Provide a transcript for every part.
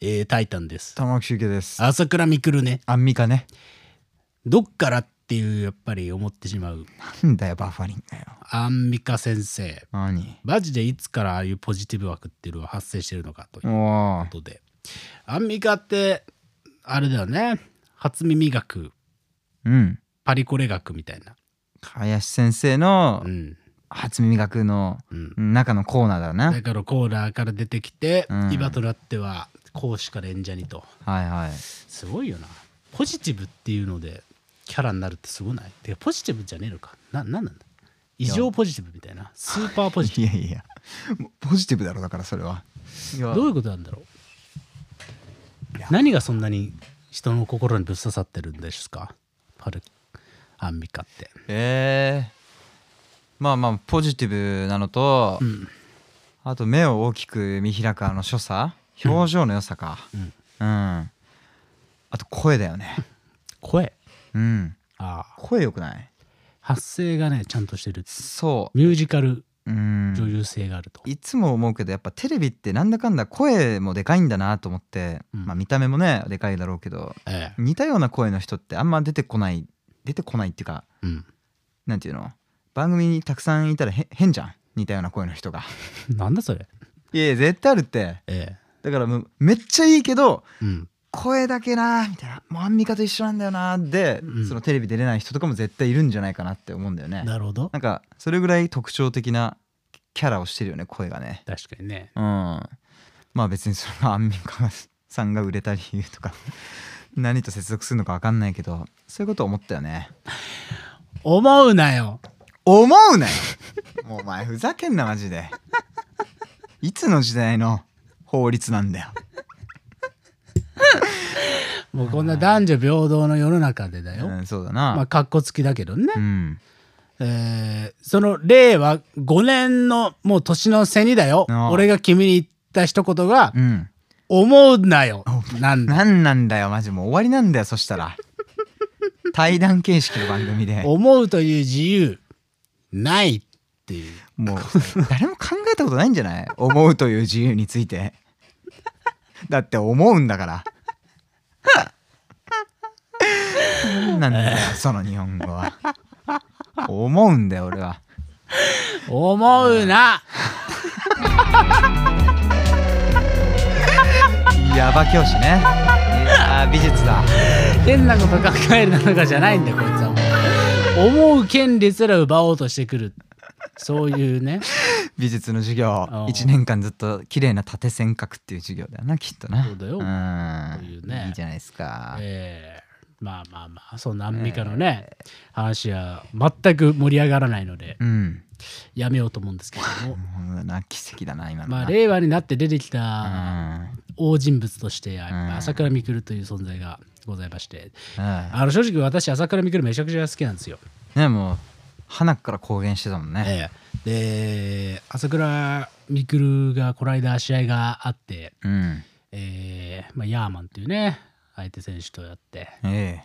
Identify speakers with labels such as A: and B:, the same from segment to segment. A: えータイタンです。
B: 玉木周家です。
A: 朝倉未来ね。
B: アンミカね。
A: どっからっていう、やっぱり思ってしまう。
B: なんだよ、バファリンがよ。
A: アンミカ先生。
B: 何
A: マジでいつからああいうポジティブ枠っていうのは発生してるのかという
B: お
A: ことで。アンミカって、あれだよね。初耳学、
B: ーうん。
A: パリコレ学みたいな。
B: 林先生の
A: うん。
B: 初耳学の
A: うん。
B: 中のコーナーだな。は
A: だからコーナーから出てきて、
B: うん
A: 今となっては講師から演者にと。
B: いはい。
A: すごいよな。ポジティブっていうのでキャラになるってすごないてかポジティブじゃねえのか。な、なんなんだ異常ポジティブみたいな。スーパーポジティ
B: いやいや、もうポジティブだろ、だからそれは。いや
A: ブ。どういうことなんだろう何がそんなに人の心にぶっ刺さってるんですかパルアンミカって。
B: えーまあまあ、ポジティブなのと、
A: うん。
B: あと目を大きく見開くあの所作、表情の良さか。
A: う
B: うんん。あと声だよね。
A: 声。
B: うん。
A: ああ。
B: 声良くない
A: 発声がね、ちゃんとしてる。
B: そ
A: ミュージカル
B: う。うん。
A: 女優性があると。
B: いつも思うけどやっぱテレビってなんだかんだ声もでかいんだなと思って、
A: うん
B: まあ見た目もねでかいだろうけど
A: ええ。
B: 似たような声の人ってあんま出てこない出てこないっていうか
A: うん。
B: なんていうの番組にたくさんいたらへ変じゃん似たような声の人 が
A: なんだそれ。
B: いやいや絶対あるって
A: ええ。
B: だからもうめっちゃいいけど
A: うん。
B: 声だけなみたいなもうアンミカと一緒なんだよなで、
A: うん
B: そのテレビ出れない人とかも絶対いるんじゃないかなって思うんだよね
A: なるほど
B: な。んかそれぐらい特徴的なキャラをしてるよね声がね
A: 確かにね。
B: うん、まあ別にそれはアンミカさんが売れた理由とか 何と接続するのか分かんないけどそういうこと思ったよね
A: 思うなよ。
B: 思うなよ もうお前ふざけんなマジでいつの時代の法律なんだよ
A: もうこんな男女平等の世の中でだよ。
B: うんそうだな、
A: まあ、かっこつきだけどね。
B: うん
A: えーその令和5年のもう年の瀬にだよ
B: あ。あ
A: 俺が君に言った一言が
B: う、ん
A: 思うなよ。なんだ。
B: 何なんだよマジもう終わりなんだよそしたら対談形式の番組で
A: 思うという自由、ないっていう。
B: もう誰も考えたことないんじゃない思うという自由についてだって思うんだから何なんだよその日本語は思うんだよ俺は
A: 思うな。
B: ヤバ教師ねいやー美術だ
A: 変なこと考えるなとかじゃないんだよ、こいつはもう。思う権利すら奪おうとしてくる。そういうね。
B: 美術の授業
A: うん
B: 1年間ずっと綺麗な縦線描くっていう授業だよなきっとな
A: そうだよ
B: ん
A: そういうね
B: いいじゃないですか、
A: えーまあまあまあそんなアンミカのね、話は全く盛り上がらないので
B: うん
A: やめようと思うんですけども
B: もうな奇跡だな今のな
A: まあ令和になって出てきた
B: うん
A: 大人物としてやっ
B: うん
A: ぱ朝倉未来という存在がございまして
B: うん
A: あの正直私朝倉未来めちゃくちゃ好きなんですよ。
B: ねもう花から公言してたもんね、
A: ええで朝倉未来がこの間試合があって、
B: うん
A: えーまあ、ヤーマンというね相手選手とやって、
B: ええ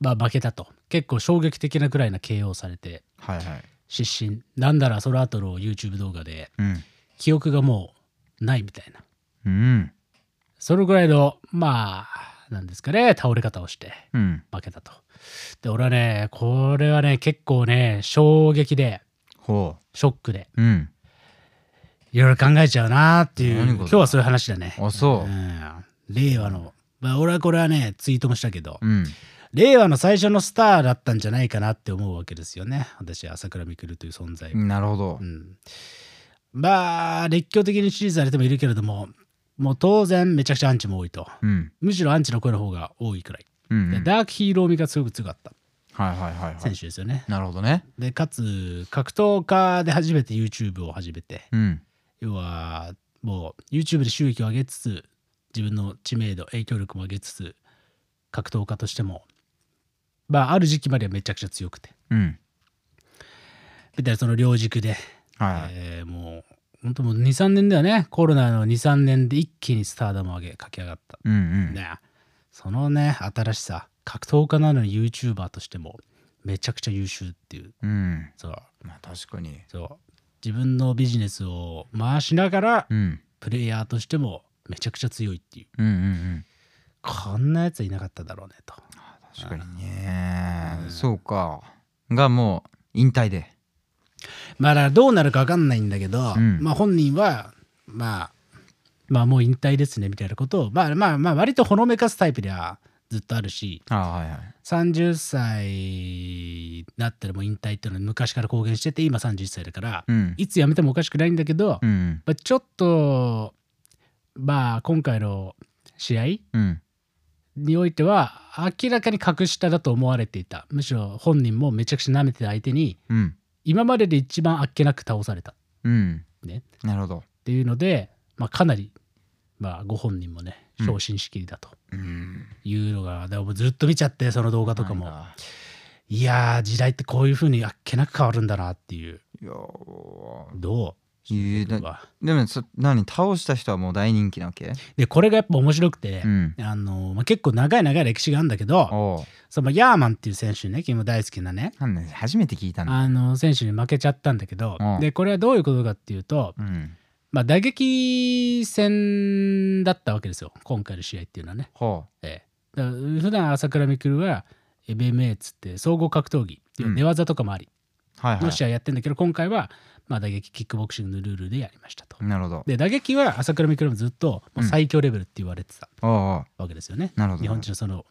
A: まあ、負けたと結構衝撃的なくらいな KO されて
B: はいはい
A: 失神なんならその後の YouTube 動画で
B: うん
A: 記憶がもうないみたいな
B: うん
A: そのぐらいのまあなんですかね倒れ方をして
B: うん
A: 負けたとで俺はねこれはね結構ね衝撃で
B: ほ
A: ショックで
B: ううん
A: いろいろ考えちゃうなっていう
B: 何事
A: 今日はそういう話だね
B: あそ
A: うん令和のまあ俺はこれはねツイートもしたけど
B: ううん
A: 令和の最初のスターだったんじゃないかなって思うわけですよね私朝倉未来という存在は
B: なるほど
A: うんまあ熱狂的に支持されてもいるけれどももう当然めちゃくちゃアンチも多いと
B: うん
A: むしろアンチの声の方が多いくらい、
B: うんうん
A: でダークヒーロー味がすごく強かった
B: はいはいはいは
A: 選
B: い
A: 手ですよね、
B: なるほどね
A: でかつ格闘家で初めて YouTube を始めて
B: うん
A: 要はもう YouTube で収益を上げつつ自分の知名度影響力も上げつつ格闘家としてもまあある時期まではめちゃくちゃ強くて
B: うん
A: みたいなその両軸で
B: はいはい
A: えーもう本当もう23年だよねコロナの23年で一気にスターダムを上げ駆け上がった、
B: うんうん
A: ねそのね新しさ格闘家なのに YouTuber としてもめちゃくちゃ優秀っていう
B: うん
A: そう
B: まあ確かに
A: そう自分のビジネスを回しながら
B: うん
A: プレイヤーとしてもめちゃくちゃ強いっていう
B: うんうんうん
A: こんなやつはいなかっただろうねと
B: 確かにね
A: うん
B: そうかがもう引退で
A: まあだからどうなるか分かんないんだけど、
B: うん
A: まあ本人はまあまあもう引退ですねみたいなことをまあまあまあ割とほのめかすタイプではずっとあるし
B: ああはいはい
A: 30歳になったらもう引退っていうのは昔から公言してて今31歳だから、
B: うん
A: いつ辞めてもおかしくないんだけど、
B: うん
A: まあ、ちょっとまあ今回の試合
B: うん
A: においては明らかに格下だと思われていたむしろ本人もめちゃくちゃ舐めてた相手に
B: うん
A: 今までで一番あっけなく倒されたっ
B: うん
A: ね
B: なるほど
A: ていうので、まあ、かなり、まあ、ご本人もね
B: うん
A: 昇進しきりだと
B: うん
A: いうのが、でもずっと見ちゃってその動画とかも
B: なんだ
A: いやー時代ってこういうふうにあっけなく変わるんだなっていう
B: いやー
A: どう
B: いやだ
A: は
B: でもそ何倒した人はもう大人気なわけ
A: でこれがやっぱ面白くて
B: う、ん
A: あのまあ、結構長い長い歴史があるんだけど
B: おう
A: そのヤーマンっていう選手ね君も大好きなね
B: なんだよ初めて聞いたの
A: あの選手に負けちゃったんだけど、
B: うん
A: でこれはどういうことかっていうと、
B: うん
A: まあ、打撃戦だったわけですよ今回の試合っていうのはね。
B: ほ
A: ええ、だから普段朝倉未来は MMA っつって総合格闘技
B: うん
A: 寝技とかもあり
B: うはいは
A: の試
B: い
A: 合やってんだけど、今回はまあ打撃キックボクシングのルールでやりましたと。
B: なるほど
A: で打撃は朝倉未来もずっともう最強レベルって言われてた
B: おうおう
A: わけですよね。
B: なるほど
A: 日本人のその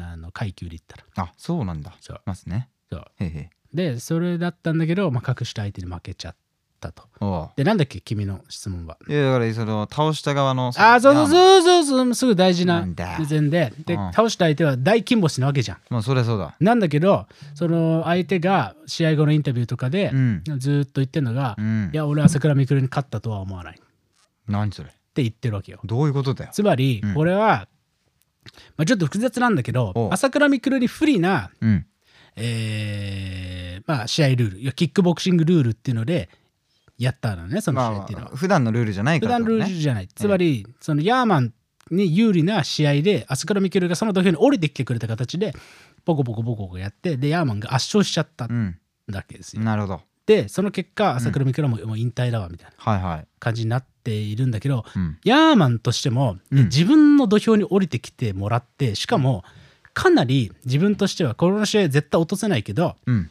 A: あの階級で言ったら。
B: あそうなんだ
A: そう
B: ますね
A: そう
B: へいへい
A: でそれだったんだけど、まあ、隠した相手に負けちゃったと。
B: おう
A: でなんだっけ君の質問は。
B: いやだからその倒した側の
A: ああそうそう
B: う
A: そうそうそうすぐ大事な
B: なんだ
A: 目線でで
B: うん
A: 倒した相手は大金星なわけじゃん。
B: まあそりゃそうだ
A: なんだけどその相手が試合後のインタビューとかで
B: う、ん
A: ずーっと言ってるのが、
B: うん
A: いや俺は桜みくるに勝ったとは思わないって
B: 何それ
A: 言ってるわけよ。
B: どういうことだよ
A: つまり、
B: うん
A: これは、まあ、ちょっと複雑なんだけど
B: おう
A: 朝倉未来に不利な、
B: うん
A: えーまあ、試合ルールいやキックボクシングルールっていうのでやったのねその
B: まあ
A: 試合っていうのは。
B: 普段のルールじゃない
A: 普
B: から
A: 段
B: ってこと
A: ル
B: ね
A: ールじゃない、つまりそのヤーマンに有利な試合で朝倉未来がその土俵に降りてきてくれた形でボコボコボコボコやってでヤーマンが圧勝しちゃったんだけです
B: う
A: よ、
B: んなるほど
A: でその結果朝倉未来ももう引退だわみたいな
B: はいはい
A: 感じになっているんだけど
B: うん
A: ヤーマンとしても、
B: うん
A: 自分の土俵に降りてきてもらってしかもかなり自分としてはこの試合絶対落とせないけど
B: うん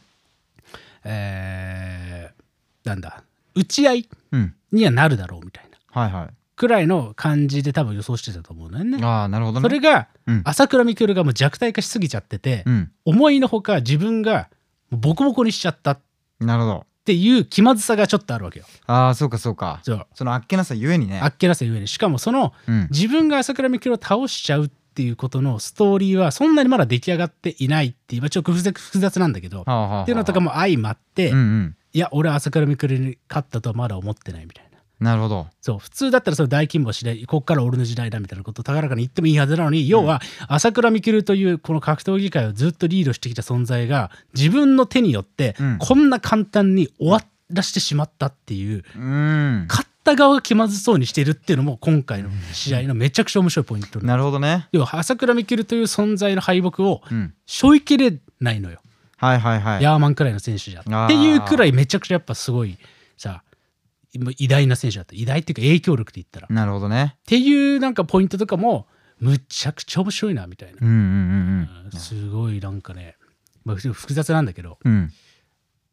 A: えーなんだ打ち合い
B: うん
A: にはなるだろうみたいな
B: はいはい
A: くらいの感じで多分予想してたと思うんだよね。
B: ああなるほどね
A: それが
B: うん
A: 朝倉未来がもう弱体化しすぎちゃってて、
B: うん
A: 思いのほか自分がもうボコボコにしちゃったっ
B: なるほど
A: ていう気まずさがちょっとあるわけよ。
B: ああそうかそうか
A: そう
B: そのあっけなさゆえにね
A: あっけなさゆえにしかもその
B: うん
A: 自分が朝倉未来を倒しちゃうっていうことのストーリーはそんなにまだ出来上がっていないっていうまあちょっと複雑複雑なんだけどっ
B: はあはあはあ
A: ていうのとかも相まって、
B: うんうん
A: いや俺は朝倉未来に勝ったとはまだ思ってないみたいな。
B: なるほど
A: そう普通だったらその大金星でこっから俺の時代だみたいなことを高らかに言ってもいいはずなのに、要は朝倉未来というこの格闘技界をずっとリードしてきた存在が自分の手によって
B: うん
A: こんな簡単に終わらしてしまったっていう
B: うん
A: 勝った側が気まずそうにしてるっていうのも今回の試合のめちゃくちゃ面白いポイントなの
B: なるほどね
A: 要は朝倉未来という存在の敗北を
B: うん
A: 背負いきれないのよ、
B: はいはいはい
A: ヤーマンくらいの選手じゃ
B: あー
A: っていうくらいめちゃくちゃやっぱすごいさ偉大な選手だった偉大っていうか影響力で言ったら。
B: なるほどね
A: っていうなんかポイントとかもむちゃくちゃ面白いなみたいな、
B: うんうんうん
A: すごいなんかね、まあ、複雑なんだけど
B: うんうん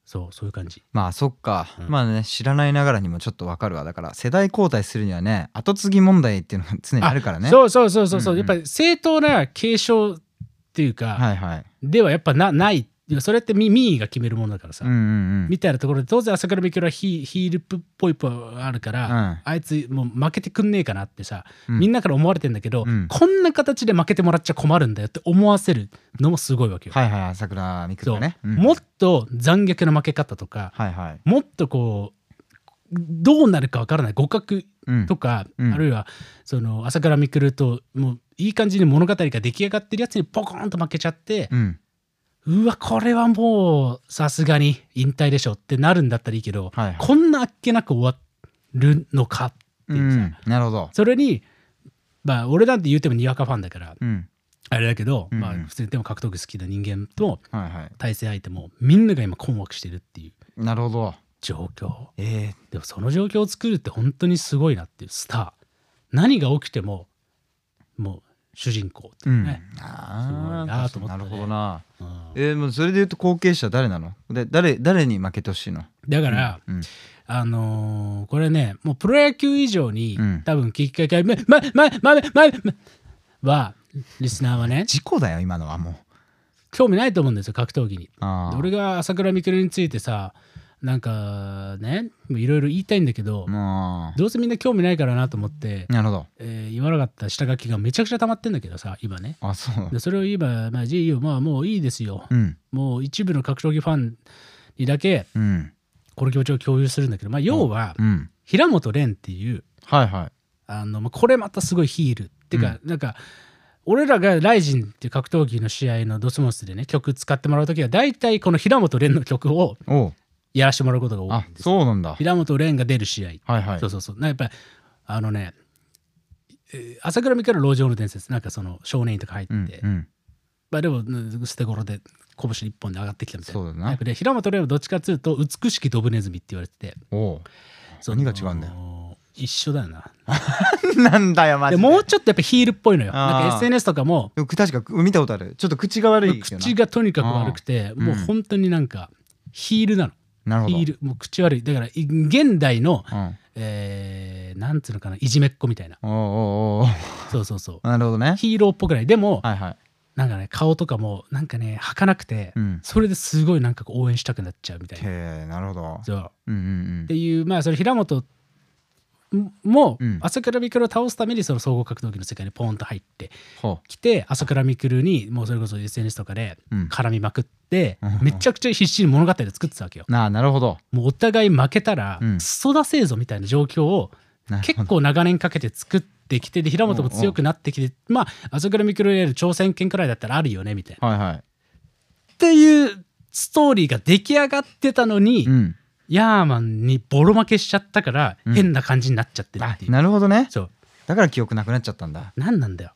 A: そうそういう感じ
B: まあそっか、
A: うん
B: まあね知らないながらにもちょっとわかるわだから世代交代するにはね後継ぎ問題っていうのが常にあるからね
A: そうそうそうそうそう、
B: うんう
A: やっ
B: ん
A: ぱり正当な継承っていうか、
B: はいはい
A: ではやっぱなないいやそれってみ民意が決めるものだからさ、
B: うんうんうん
A: みたいなところで当然朝倉未来はヒヒールっぽいっぽいあるから、
B: うん
A: あいつもう負けてくんねえかなってさ、
B: うん
A: みんなから思われてんだけど、
B: うん
A: こんな形で負けてもらっちゃ困るんだよって思わせるのもすごいわけよ。
B: はいはい朝倉未来
A: そう
B: がね、うん
A: もっと残虐な負け方とか
B: はいはい
A: もっとこうどうなるかわからない互角
B: うん
A: とか、
B: うん
A: あるいはその朝倉未来ともういい感じに物語が出来上がってるやつにポコーンと負けちゃって
B: う、ん
A: うわこれはもうさすがに引退でしょってなるんだったらいいけど、
B: はいはい
A: こんなあっけなく終わるのか
B: う
A: っていうん
B: なるほど
A: それにまあ俺なんて言うてもにわかファンだから
B: うん
A: あれだけど、
B: うん
A: まあ、普通にでも格闘技好きな人間と
B: はいはい
A: 対戦相手もみんなが今困惑してるっていう
B: なるほど
A: 状況
B: え
A: でもその状況を作るって本当にすごいなっていうスタ何が起きてももう主人公って
B: う
A: いうんね、
B: あ
A: すごい
B: あ
A: なと思ったね
B: なるほどな
A: うん
B: えーもうそれで言うと後継者誰なので誰誰に負けてほしいの
A: だから、
B: うん
A: あのーこれねもうプロ野球以上に、
B: うん
A: 多分きっかけままままままはリスナーはね
B: 事故だよ今のはもう
A: 興味ないと思うんですよ格闘技に。
B: ああ
A: 俺が朝倉未来についてさなんかねいろいろ言いたいんだけど、
B: も
A: どうせみんな興味ないからなと思って
B: う、なるほど
A: えー言わなかった下書きがめちゃくちゃ溜まってんだけどさ今ね。
B: あそう
A: でそれを言えば、まあ、GU まあもういいですよ、
B: うん
A: もう一部の格闘技ファンにだけ
B: うん
A: この気持ちを共有するんだけど、まあ、要は
B: うん
A: 平本蓮っていう
B: はいはい
A: あのまあこれまたすごいヒールっていうか、なんか俺らがライジンっていう格闘技の試合のドスモスでね曲使ってもらう時は大体この平本蓮の曲を
B: おう
A: やらしてもらうことが多い
B: あそうなんだ
A: 平本蓮が出る試合、
B: はいはい
A: そうそうそうなやっぱりあのねえー朝倉未来の籠城の伝説なんかその少年院とか入って、
B: うんうん
A: まあでもうん捨て頃で拳一本で上がってきたみたいな
B: そうだな
A: タイプで平本蓮はどっちかっつうと美しきドブネズミって言われてて
B: おう
A: その
B: 何が違うんだよ
A: 一緒だよな
B: なんだよマ
A: で
B: ジで
A: もうちょっとやっぱヒールっぽいのよ
B: あー
A: なんか SNS とかも
B: でも確か見たことあるちょっと口が悪いけどな
A: 口がとにかく悪くて
B: うん
A: もう本当になんかヒールなの
B: なるほど
A: ヒールもう口悪いだからい現代の
B: うん
A: えーなんつうのかないじめっ子みたいな
B: おうおうおう
A: そうそうそう
B: おうなるほどね
A: ヒーローっぽくないでも
B: はいはい
A: なんかね顔とかもなんかね儚くて
B: うん
A: それですごいなんかこう応援したくなっちゃうみたい
B: へ
A: な
B: えなるほど
A: そう
B: うんうんうん
A: っていうまあそれ平本も
B: うん
A: 朝倉未来を倒すためにその総合格闘技の世界にポーンと入って
B: ほ
A: きて朝倉未来にもうそれこそ SNS とかで
B: ううん
A: 絡みまくって
B: うん
A: めちゃくちゃ必死に物語で作ってたわけよ。
B: なあなるほど
A: もうお互い負けたら
B: うん
A: クソだせえぞみたいな状況を
B: なるほ
A: 結
B: ど
A: 構長年かけて作ってきてで平本も強くなってきてまあ朝倉未来への挑戦権くらいだったらあるよねみたいな。
B: はいは
A: っていうストーリーが出来上がってたのに
B: いうん
A: ヤーマンにボロ負けしちゃったから
B: うん
A: 変な感じになっちゃってるっ
B: あ
A: ていう。
B: なるほどね
A: そう
B: だから記憶なくなっちゃったんだ
A: 何なんだ よ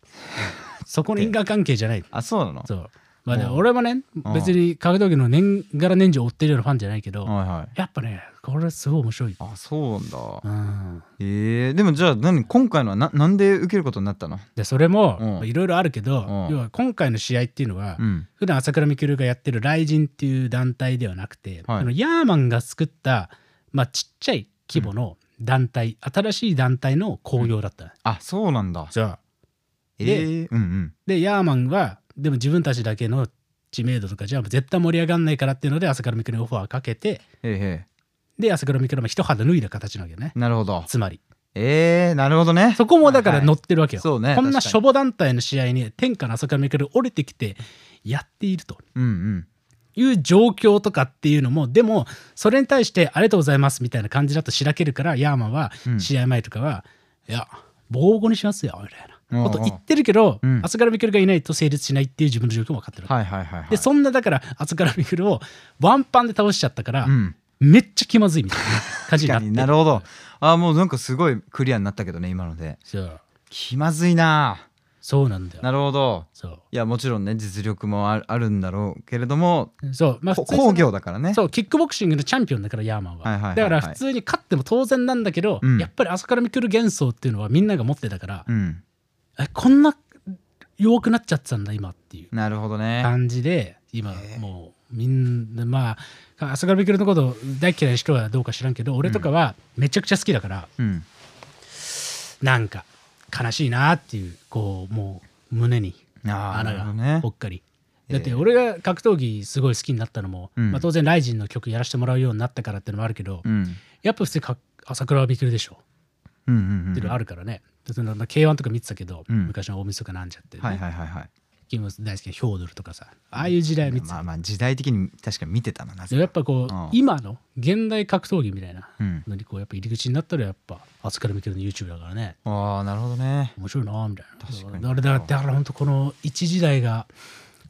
A: そこの因果関係じゃない
B: あそうなの
A: そうまあ
B: うん
A: でも俺はね
B: うん
A: 別に格闘技の年がら年中追ってるようなファンじゃないけど
B: はいはい
A: やっぱねこれすごい面白い
B: あそうなんだ
A: うん
B: えー、でもじゃあ何今回のはななんで受けることになったの
A: でそれ
B: うん
A: もいろいろあるけど
B: うん
A: 要は今回の試合っていうのは
B: うん
A: 普段朝倉未来がやってるライジンっていう団体ではなくて
B: はい
A: そのヤーマンが作ったまあちっちゃい規模の団体新しい団体の興行だった
B: あそうなんだ
A: じゃあ
B: え
A: で
B: ー、うんうん
A: でヤーマンはでも自分たちだけの知名度とかじゃ絶対盛り上がんないからっていうので朝倉未来にオファーかけて
B: へーへ
A: で朝倉未来も一肌脱いだ形なわけよね
B: ーなるほど
A: つまり
B: えー、なるほどね
A: そこもだから
B: はい
A: 乗ってるわけよ、
B: そうね
A: こんな
B: 確かに
A: 初歩団体の試合に天下の朝倉未来降りてきてやっていると
B: うんうん
A: いう状況とかっていうのもでもそれに対してありがとうございますみたいな感じだとしらけるからヤーマンは
B: うん
A: 試合前とかは、いや防護にしますよみたいなこと
B: うんうん
A: 言ってるけど、
B: うん
A: 朝倉未来がいないと成立しないっていう自分の状況も分かってるわけ
B: はいはいはいはい
A: でそんなだから厚からみくるをワンパンで倒しちゃったから、
B: うん
A: めっちゃ気まずいみたいな感じ
B: 確
A: に
B: か
A: なって
B: になるほどあーもうなんかすごいクリアになったけどね今ので
A: そう
B: 気まずいな
A: そうなんだよ
B: なるほど
A: そ
B: いやもちろんね実力もあるあるんだろうけれども
A: うそうまあ
B: こ
A: 普通にその
B: 工業だからね
A: そうキックボクシングのチャンピオンだからヤーマンは,、
B: はいはいはいはい
A: だから普通に勝っても当然なんだけど、
B: うん
A: やっぱり朝からみくる幻想っていうのはみんなが持ってたから、
B: うん
A: えこんな弱くなっちゃってたんだ今っていう
B: なるほどね
A: 感じで今
B: へえ
A: もうみんなまあ朝倉みくるのこと大嫌いな人はどうか知らんけど俺とかはめちゃくちゃ好きだから、
B: うん
A: なんか悲しいなっていうこうもう胸に
B: あー
A: 穴
B: なるほど
A: が
B: ね
A: ぽっかり、
B: ええ
A: だって俺が格闘技すごい好きになったのも、
B: うん
A: まあ、当然ライジンの曲やらせてもらうようになったからってのもあるけど、
B: うん
A: やっぱ普通にか朝倉はびくるでしょ
B: うんうん
A: っていううんのあるからね、だってなんか K1 とか見てたけど、
B: うん
A: 昔の大晦日なんじゃって、ね
B: はいはいはいはい
A: キム大好きなヒョードルとかさああいう時代見てた、
B: まあまあ時代的に確かに見てたななぜ
A: でやっぱこう、
B: うん
A: 今の現代格闘技みたいな
B: かうん
A: のにこうやっぱ入り口になったらやっぱ朝倉未来の YouTube だからね、
B: ああなるほどね
A: 面白いなみたいな
B: 確かに
A: だからだからだから本当この一時代が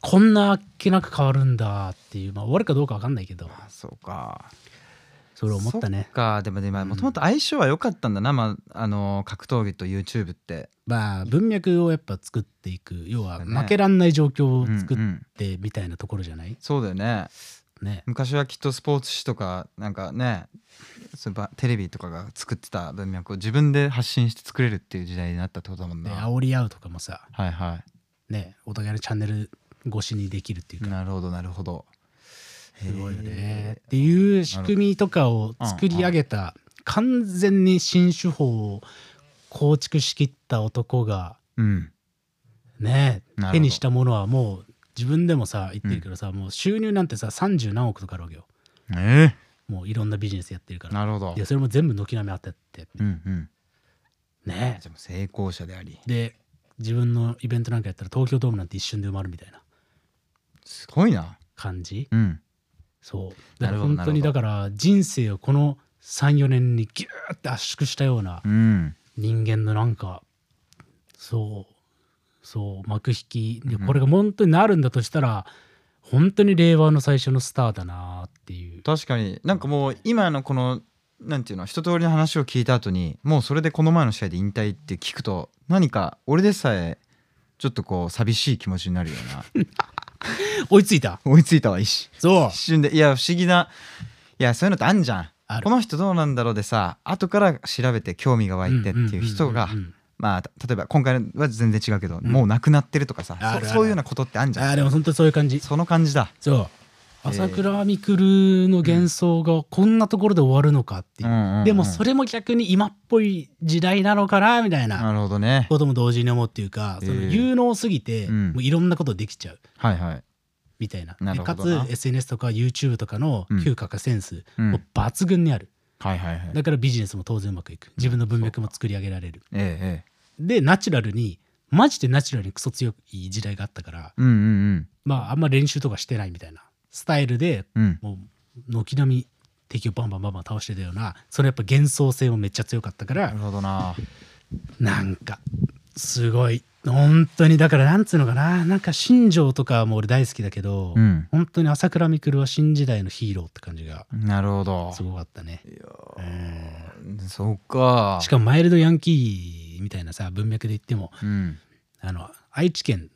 A: こんなあっけなく変わるんだっていうまあ終わるかどうかわかんないけど
B: あそうか
A: それ思ったね
B: そっかでもでももともと相性は良かったんだな、まあ、あの格闘技と YouTube って、
A: まあ文脈をやっぱ作っていく要は
B: そうだね
A: 負けらんない状況を
B: うん
A: 作っ
B: うん
A: てみたいなところじゃない、
B: そうだよね
A: ね
B: 昔はきっとスポーツ紙とかなんかねそうばテレビとかが作ってた文脈を自分で発信して作れるっていう時代になったってことだもん
A: ね
B: な、
A: 煽り合うとかもさ
B: はいは
A: ねお互いのチャンネル越しにできるっていう
B: い
A: か、
B: なるほどなるほど
A: すごいよね
B: へ
A: っていう仕組みとかを作り上げた完全に新手法を構築しきった男が
B: ーうん
A: ね
B: なるほど
A: 手にしたものはもう自分でもさ言ってるけどさ、もう収入なんてさ30何億とかあるわけよ
B: え
A: もういろんなビジネスやってるか
B: ー、
A: ら
B: なるほど
A: いやそれも全部軒並みあってって
B: うんうん
A: ね
B: じゃあもう成功者であり
A: で自分のイベントなんかやったら東京ドームなんて一瞬で埋まるみたいな
B: すごいな
A: 感じ
B: うん
A: そうだから
B: なるほど
A: 本当に
B: なる
A: だ
B: ほ
A: から人生をこの34年にギューって圧縮したような
B: うん
A: 人間のなんかそうそう幕引きで
B: うん
A: これが本当になるんだとしたら、本当に令和の最初のスターだなっていう
B: 確かになんかもう今のこのなんていうの一通りの話を聞いた後にもうそれでこの前の試合で引退って聞くと何か俺でさえちょっとこう寂しい気持ちになるような
A: 追いついた
B: 追いついたわ一瞬
A: そう
B: 一瞬でいや不思議ないやそういうのってあんじゃん
A: ある
B: この人どうなんだろうでさ後から調べて興味が湧いてっていう人が
A: んうんうんうん
B: まあた例えば今回のは全然違うけど、
A: ん
B: もう亡くなってるとかさ
A: あるある
B: そそういうようなことってあんじゃん
A: あーでも本当にそういう感じ
B: その感じだ
A: そう
B: えー
A: 朝倉未来の幻想がこんなところで終わるのかっていう、でもそ
B: れ
A: れも逆に今っぽい時代なのかなみたいな
B: なるほどね
A: ことも同時に思うっていうか、その
B: えー
A: 有能すぎて、
B: うん
A: もういろんなことできちゃう
B: はいはい、
A: みたいな
B: な
A: で
B: る
A: か
B: ほ
A: つ
B: どな
A: SNS とか YouTube とかの
B: うん
A: 嗅覚かセンス、
B: うん
A: もう抜群にある
B: はいはいはい
A: だからビジネスも当然うまくいく自分の文脈も作り上げられる
B: ええええ
A: でナチュラルにマジでナチュラルにクソ強い時代があったから
B: うんうん
A: まああんま練習とかしてないみたいなスタイルで
B: うんうん
A: もう軒並み敵をバンバンバンバン倒してたようなそのやっぱ幻想性もめっちゃ強かったか
B: な
A: ら
B: るほどな
A: なんかすごい本当にだからなんつうのかななんか新庄とかも俺大好きだけど、
B: うん
A: 本当に朝倉未来は新時代のヒーローって感じが
B: なるほど
A: すごかったね。うん
B: そうか
A: しかもマイルドヤンキーみたいなさ文脈で言っても
B: うん
A: あの愛知県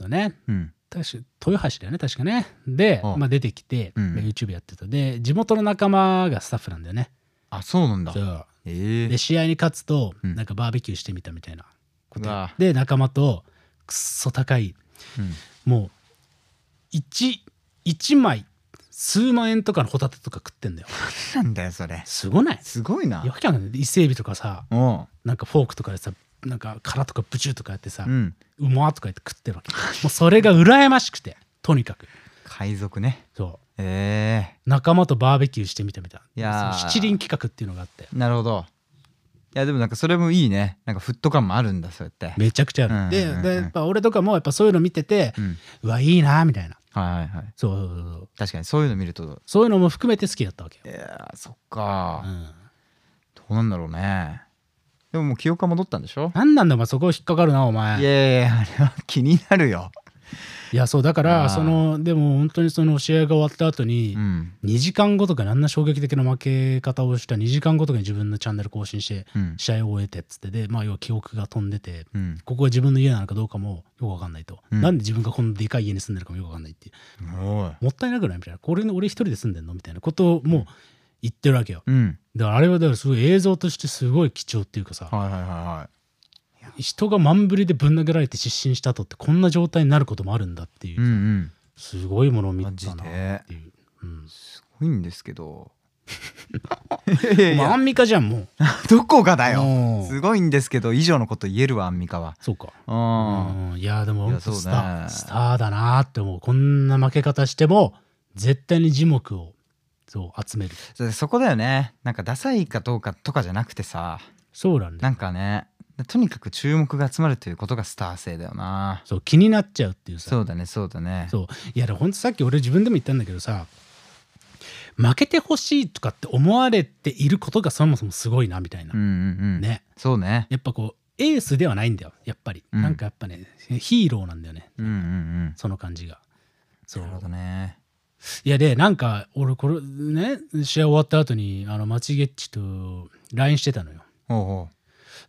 A: のね
B: うん
A: 確か豊橋だよね確かねで、
B: ああ
A: まあ、出てきて、
B: うんうん
A: で YouTube やってたで地元の仲間がスタッフなんだよね。
B: あそうなんだ
A: そう
B: ええ
A: で試合に勝つと
B: うん
A: なんかバーベキューしてみたみたいなこと
B: うわ
A: で仲間とくっそ高い
B: うん
A: もう 1, 1枚数万円とかのホタテとか食ってんだよ
B: なんだよそれ
A: すごない
B: すごいな
A: やきゃない伊勢エビとかさ
B: お
A: なんかフォークとかでさなんか殻とかブチューとかやってさ、
B: うう
A: うんまーとかやって食ってるわけもうそれが羨ましくてとにかく
B: 海賊ね
A: そ
B: え
A: う仲間とバーベキューしてみたみたい
B: いや
A: な
B: ー
A: その七輪企画っていうのがあって
B: えなるほどいやでもなんかそれもいいねなんかフット感もあるんだそうやって
A: めちゃくちゃある、
B: うんうんうん
A: ででやっぱ俺とかもやっぱそういうの見てて、
B: うん
A: うわいいなーみたいな
B: はいはいはい
A: そうそうそうそう
B: 確かにそういうの見ると
A: そういうのも含めて好きだったわけよ
B: い、やーそっ
A: う
B: か
A: ん、
B: どうなんだろうねでももう記憶が戻ったんでしょ
A: なんなんだお前そこ引っかかるなお前
B: いやいやいやあれは気になるよ
A: いやそうだか
B: あ
A: ら
B: ー
A: そのでも本当にその試合が終わった後に、
B: うん
A: 2時間後とかにあんな衝撃的な負け方をした2時間後とかに自分のチャンネル更新して
B: うん
A: 試合を終えてっつってでまあ要は記憶が飛んでて
B: うん
A: ここが自分の家なのかどうかもよくわかんないと、
B: うん
A: なんで自分がこんなでかい家に住んでるかもよくわかんないっていう
B: おい
A: もったいなくないみたいなこれ俺一人で住んでんのみたいなことをもう言ってるわけよ
B: うん
A: だからあれはだからすごい映像としてすごい貴重っていうかさ
B: はいはいはいはい
A: 人が満振りでぶん殴られて失神した後ってこんな状態になることもあるんだっていう、
B: うん
A: すごいものを
B: うん
A: 見
B: マ
A: た
B: ジ
A: なっ
B: で
A: ていう、うん、
B: すごいんですけどいやいやい
A: お前ア
B: や
A: ンミカじゃんもう
B: どこがだよ
A: もう
B: すごいんですけど以上のこと言えるわアンミカは
A: そうか
B: うん
A: うんいやでも
B: い
A: 本
B: や
A: 当
B: そうね
A: スター、スターだなって思うこんな負け方しても絶対に樹木をそう集める
B: そそこだよねなんかダサいかどうかとかじゃなくてさ
A: そうなんだ
B: な
A: よ
B: んかねとにかく注目が集まるということがスター性だよな
A: そう気になっちゃうっていうさ
B: そうだねそうだね
A: そういやでも本当さっき俺自分でも言ったんだけどさ負けてほしいとかって思われていることがそもそもすごいなみたいな、
B: うんうんうん
A: ね
B: そうね
A: やっぱこうエースではないんだよやっぱり、
B: うん
A: なんかやっぱねヒーローなんだよね
B: うんうんうん
A: その感じがそう
B: なるほどね
A: いやでなんか俺これね試合終わった後にあのマチゲッチと LINE してたのよ
B: ほうほ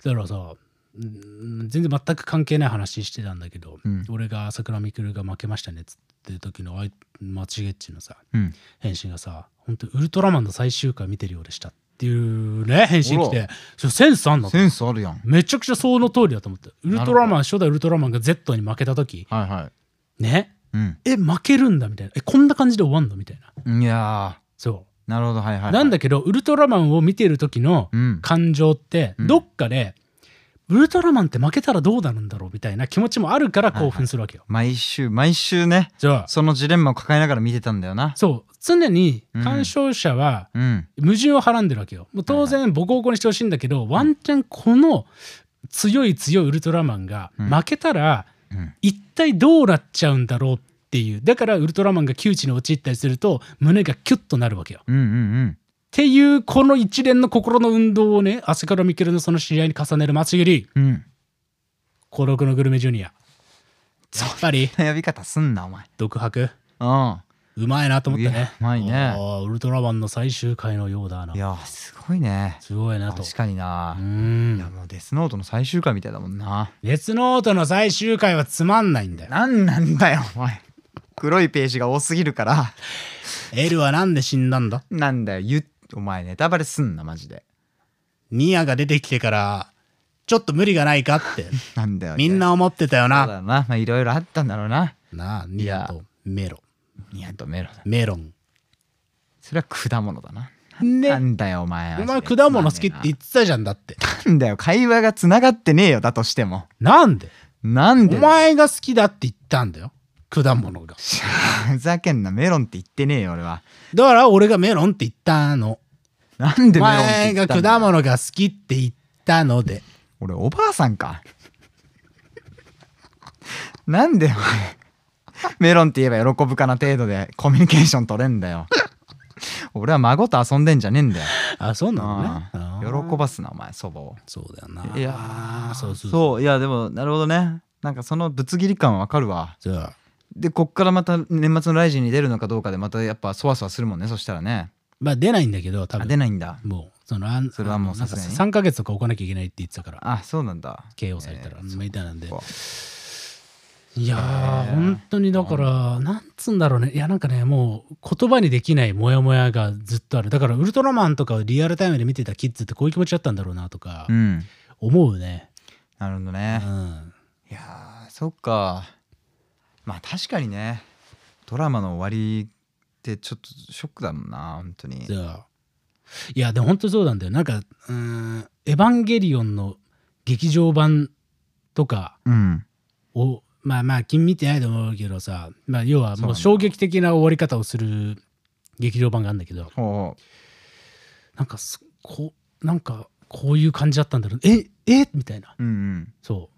A: だからさうん全然全く関係ない話してたんだけど、
B: うん
A: 俺が朝倉未来が負けましたねっつっってる時のあいマチゲッチのさ
B: うん
A: 返信がさ「本当ウルトラマンの最終回見てるようでした」っていうね返信来
B: あ
A: てそれセンスあんの
B: センスあるやん
A: めちゃくちゃその通りだと思ってウルトラマン初代ウルトラマンが Z に負けた時
B: はいは
A: ね
B: いうん
A: え負けるんだみたいなえこんな感じで終わんのみたいない
B: や
A: そ
B: ーなるほどはいはいは
A: う
B: い
A: なんだけどウルトラマンを見てる時の
B: うん
A: 感情って
B: うん
A: どっかでウルトラマンって負けたらどうなるんだろうみたいな気持ちもあるから興奮するわけよ
B: 毎週毎週ね
A: じゃあ
B: そのジレンマを抱えながら見てたんだよな
A: そう常に
B: うん
A: 鑑賞者は
B: うん
A: 矛盾をはらんでるわけよもう当然ボコボコにしてほしいんだけどワンチャンこの強い強いウルトラマンが
B: うん
A: 負けたら
B: うん
A: 一体どうなっちゃうんだろうっていうだからウルトラマンが窮地に陥ったりすると胸がキュッとなるわけよ。っ
B: うんうん
A: ていうこの一連の心の運動をね汗からみけるのその知り合いに重ねる松切
B: うんうん
A: 孤独のグルメジュニアやっぱり
B: 呼び方すんなお前
A: 独白
B: うん
A: うまいなと思った
B: いや
A: ね。
B: うまいね。
A: あーウルトラマンの最終回のようだない
B: やーすごいね
A: すごいなと。
B: 確かにな
A: う
B: いや
A: ん。
B: もうデスノートの最終回みたいだもんな
A: 熱ノートの最終回はつまんないんだよ。
B: なんなんだよお前黒いページが多すぎるから
A: エルはなんで死んだんだ
B: なんだよゆお前ネタバレすんなマジで
A: ニアが出てきてからちょっと無理がないか って
B: なんだよ
A: みんな思ってたよ
B: そう
A: な。
B: だなまあいろいろあったんだろうな
A: なあ、ニアとメロン。
B: ニヤとメロだ
A: メロン。
B: それは果物だなな
A: ね。
B: んだよお前
A: お前果物好きって言
B: 言
A: ってたじゃんだって。
B: んだよ会話がつながってねえよだとしても
A: なんで
B: な ん
A: お
B: で
A: 前が好きだって言ったんだよ。果物が。
B: ふざけんなメロンって言ってねえよ俺は
A: だから俺がメロンって言ったの。
B: なんで
A: お
B: メロンって
A: 前
B: 言
A: が
B: ったんだよ
A: 果物が好きって言ったので。
B: 俺おばあさんかなんでお前メロンって言えば喜ぶかな程度でコミュニケーション取れんだよ俺は孫と遊んでんじゃねえんだよ、
A: あ、そうなのね。あ
B: うん、
A: ー
B: 喜ばすなお前祖母を
A: そうだよな。
B: いやー
A: そうそうそう。
B: そういやでもなるほどねなんかそのぶつ切り感わかるわ
A: じゃあ、
B: でこっからまた年末のライジンに出るのかどうかでまたやっぱそわそわするもんねそしたらね
A: まあ出ないんだけど、多
B: あ
A: 分
B: 出ないんだ
A: もう、その、あん
B: それはも
A: あ
B: う
A: のなんか
B: さすがに
A: 3ヶ月とか置かなきゃいけないって言ってたから、
B: あそうなんだ
A: KO されたら、
B: えー
A: みたいなんで
B: そっ。
A: いやー、
B: えー
A: 本当にだから、なんつうんだろうね。いや、なんかね、もう言葉にできないモヤモヤがずっとある。だから、ウルトラマンとかをリアルタイムで見てたキッズってこういう気持ちだったんだろうなとか
B: う、ん
A: 思うね。
B: なるほど
A: う
B: ね、
A: ん。
B: いやーそっかまあ確かにねドラマの終わりってちょっとショックだもんな本当に
A: じゃあ。いや、でも本当そうなんだよ。なんか、うーん、エヴァンゲリオンの劇場版とか、
B: うん
A: をまあまあ君見てないと思うけどさ、まあ、要は
B: そ
A: も
B: うなん
A: う
B: だ
A: 衝撃的な終わり方をする劇場版があるんだけど
B: ほ
A: なんかすこうなんかこういう感じだったんだろうええみたいな
B: ううんうん
A: そ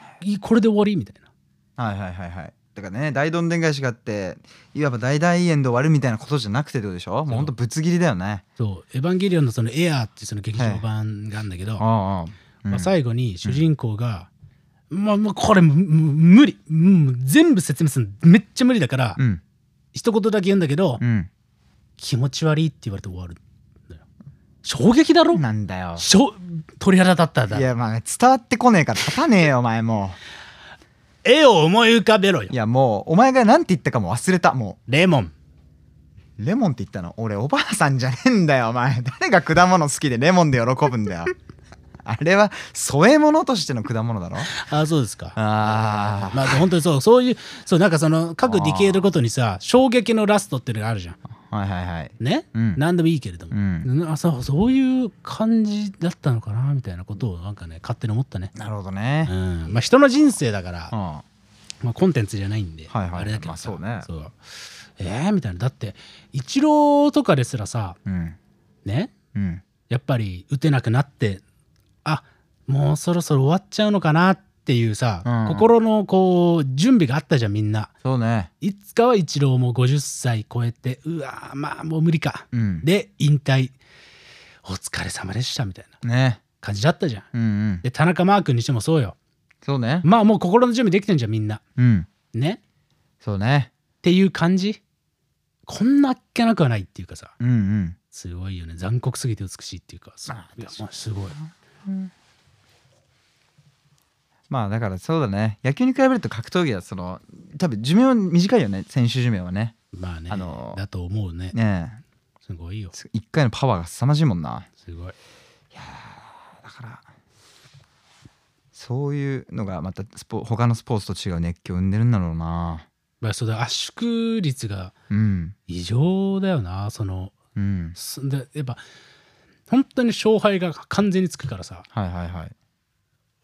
A: ういこれで終わりみたいな
B: はいはいはいはいだからね大どんでん返しがあっていわば大大演で終わるみたいなことじゃなくてってことでしょもうほんとぶつ切りだよね
A: そう「エヴァンゲリオン」のその「エアー」っていうその劇場版があるんだけど、
B: ああうん
A: まあ、最後に主人公が「まあまあこれむむ無理、うん、全部説明するのめっちゃ無理だから、
B: うん
A: 一言だけ言うんだけど、
B: うん
A: 気持ち悪い」って言われて終わるんだよ衝撃だろ
B: なんだよ
A: しょ鳥肌立ったん
B: い
A: だ
B: やまあ伝わってこねえから立たねえよお前も
A: 絵を思い浮かべろよ
B: ういやもうお前が何て言ったかも忘れたも
A: レモン
B: うレモンって言ったの俺おばあさんじゃねえんだよお前誰が果物好きでレモンで喜ぶんだよあれは添え物としての果物だろ
A: あそうですか
B: あー
A: まあ本当にそうそういうそうなんかその各ディケードごとにさ衝撃のラストっていうのがあるじゃん
B: はいはいはい
A: ね、
B: うん
A: 何でもいいけれど
B: う
A: も、
B: ん
A: なあそうそういう感じだったのかなみたいなことをなんかね勝手に思ったね
B: なるほど
A: う
B: ね
A: んまあ人の人生だから、
B: うんは
A: まあ、コンテンツじゃないんで、
B: はいはい
A: あれだけど
B: まあ
A: さ
B: そうね
A: そうえー、みたいなだってイチローとかですらさ
B: うん
A: ね
B: うん
A: やっぱり打てなくなってあもうそろそろ終わっちゃうのかなっていうさ、
B: うん
A: 心のこう準備があったじゃんみんな
B: そうね
A: いつかはイチローも50歳超えてうわーまあもう無理か
B: うん
A: で引退お疲れ様でしたみたいな
B: ね
A: 感じだったじゃん
B: うんうん
A: で田中マー君にしてもそうよ
B: そうね
A: まあもう心の準備できてんじゃんみんな
B: うん
A: ね
B: そうね
A: っていう感じこんなあっけなくはないっていうかさ
B: うんうん
A: すごいよね残酷すぎて美しいっていうかそう
B: あ
A: いやまあすごい
B: まあだからそうだね野球に比べると格闘技はその多分寿命短いよね選手寿命はね
A: まあね、
B: あのー
A: だと思うね
B: ねえ
A: すごいよ
B: す一回のパワーが凄まじいもんな
A: すごい
B: だからそういうのがまたスポ他のスポーツと違う熱狂を生んでるんだろうな
A: まあそうだ圧縮率が
B: うん
A: 異常だよなその
B: うん
A: すでやっぱ本当に勝敗が完全につくからさ
B: はいはいはい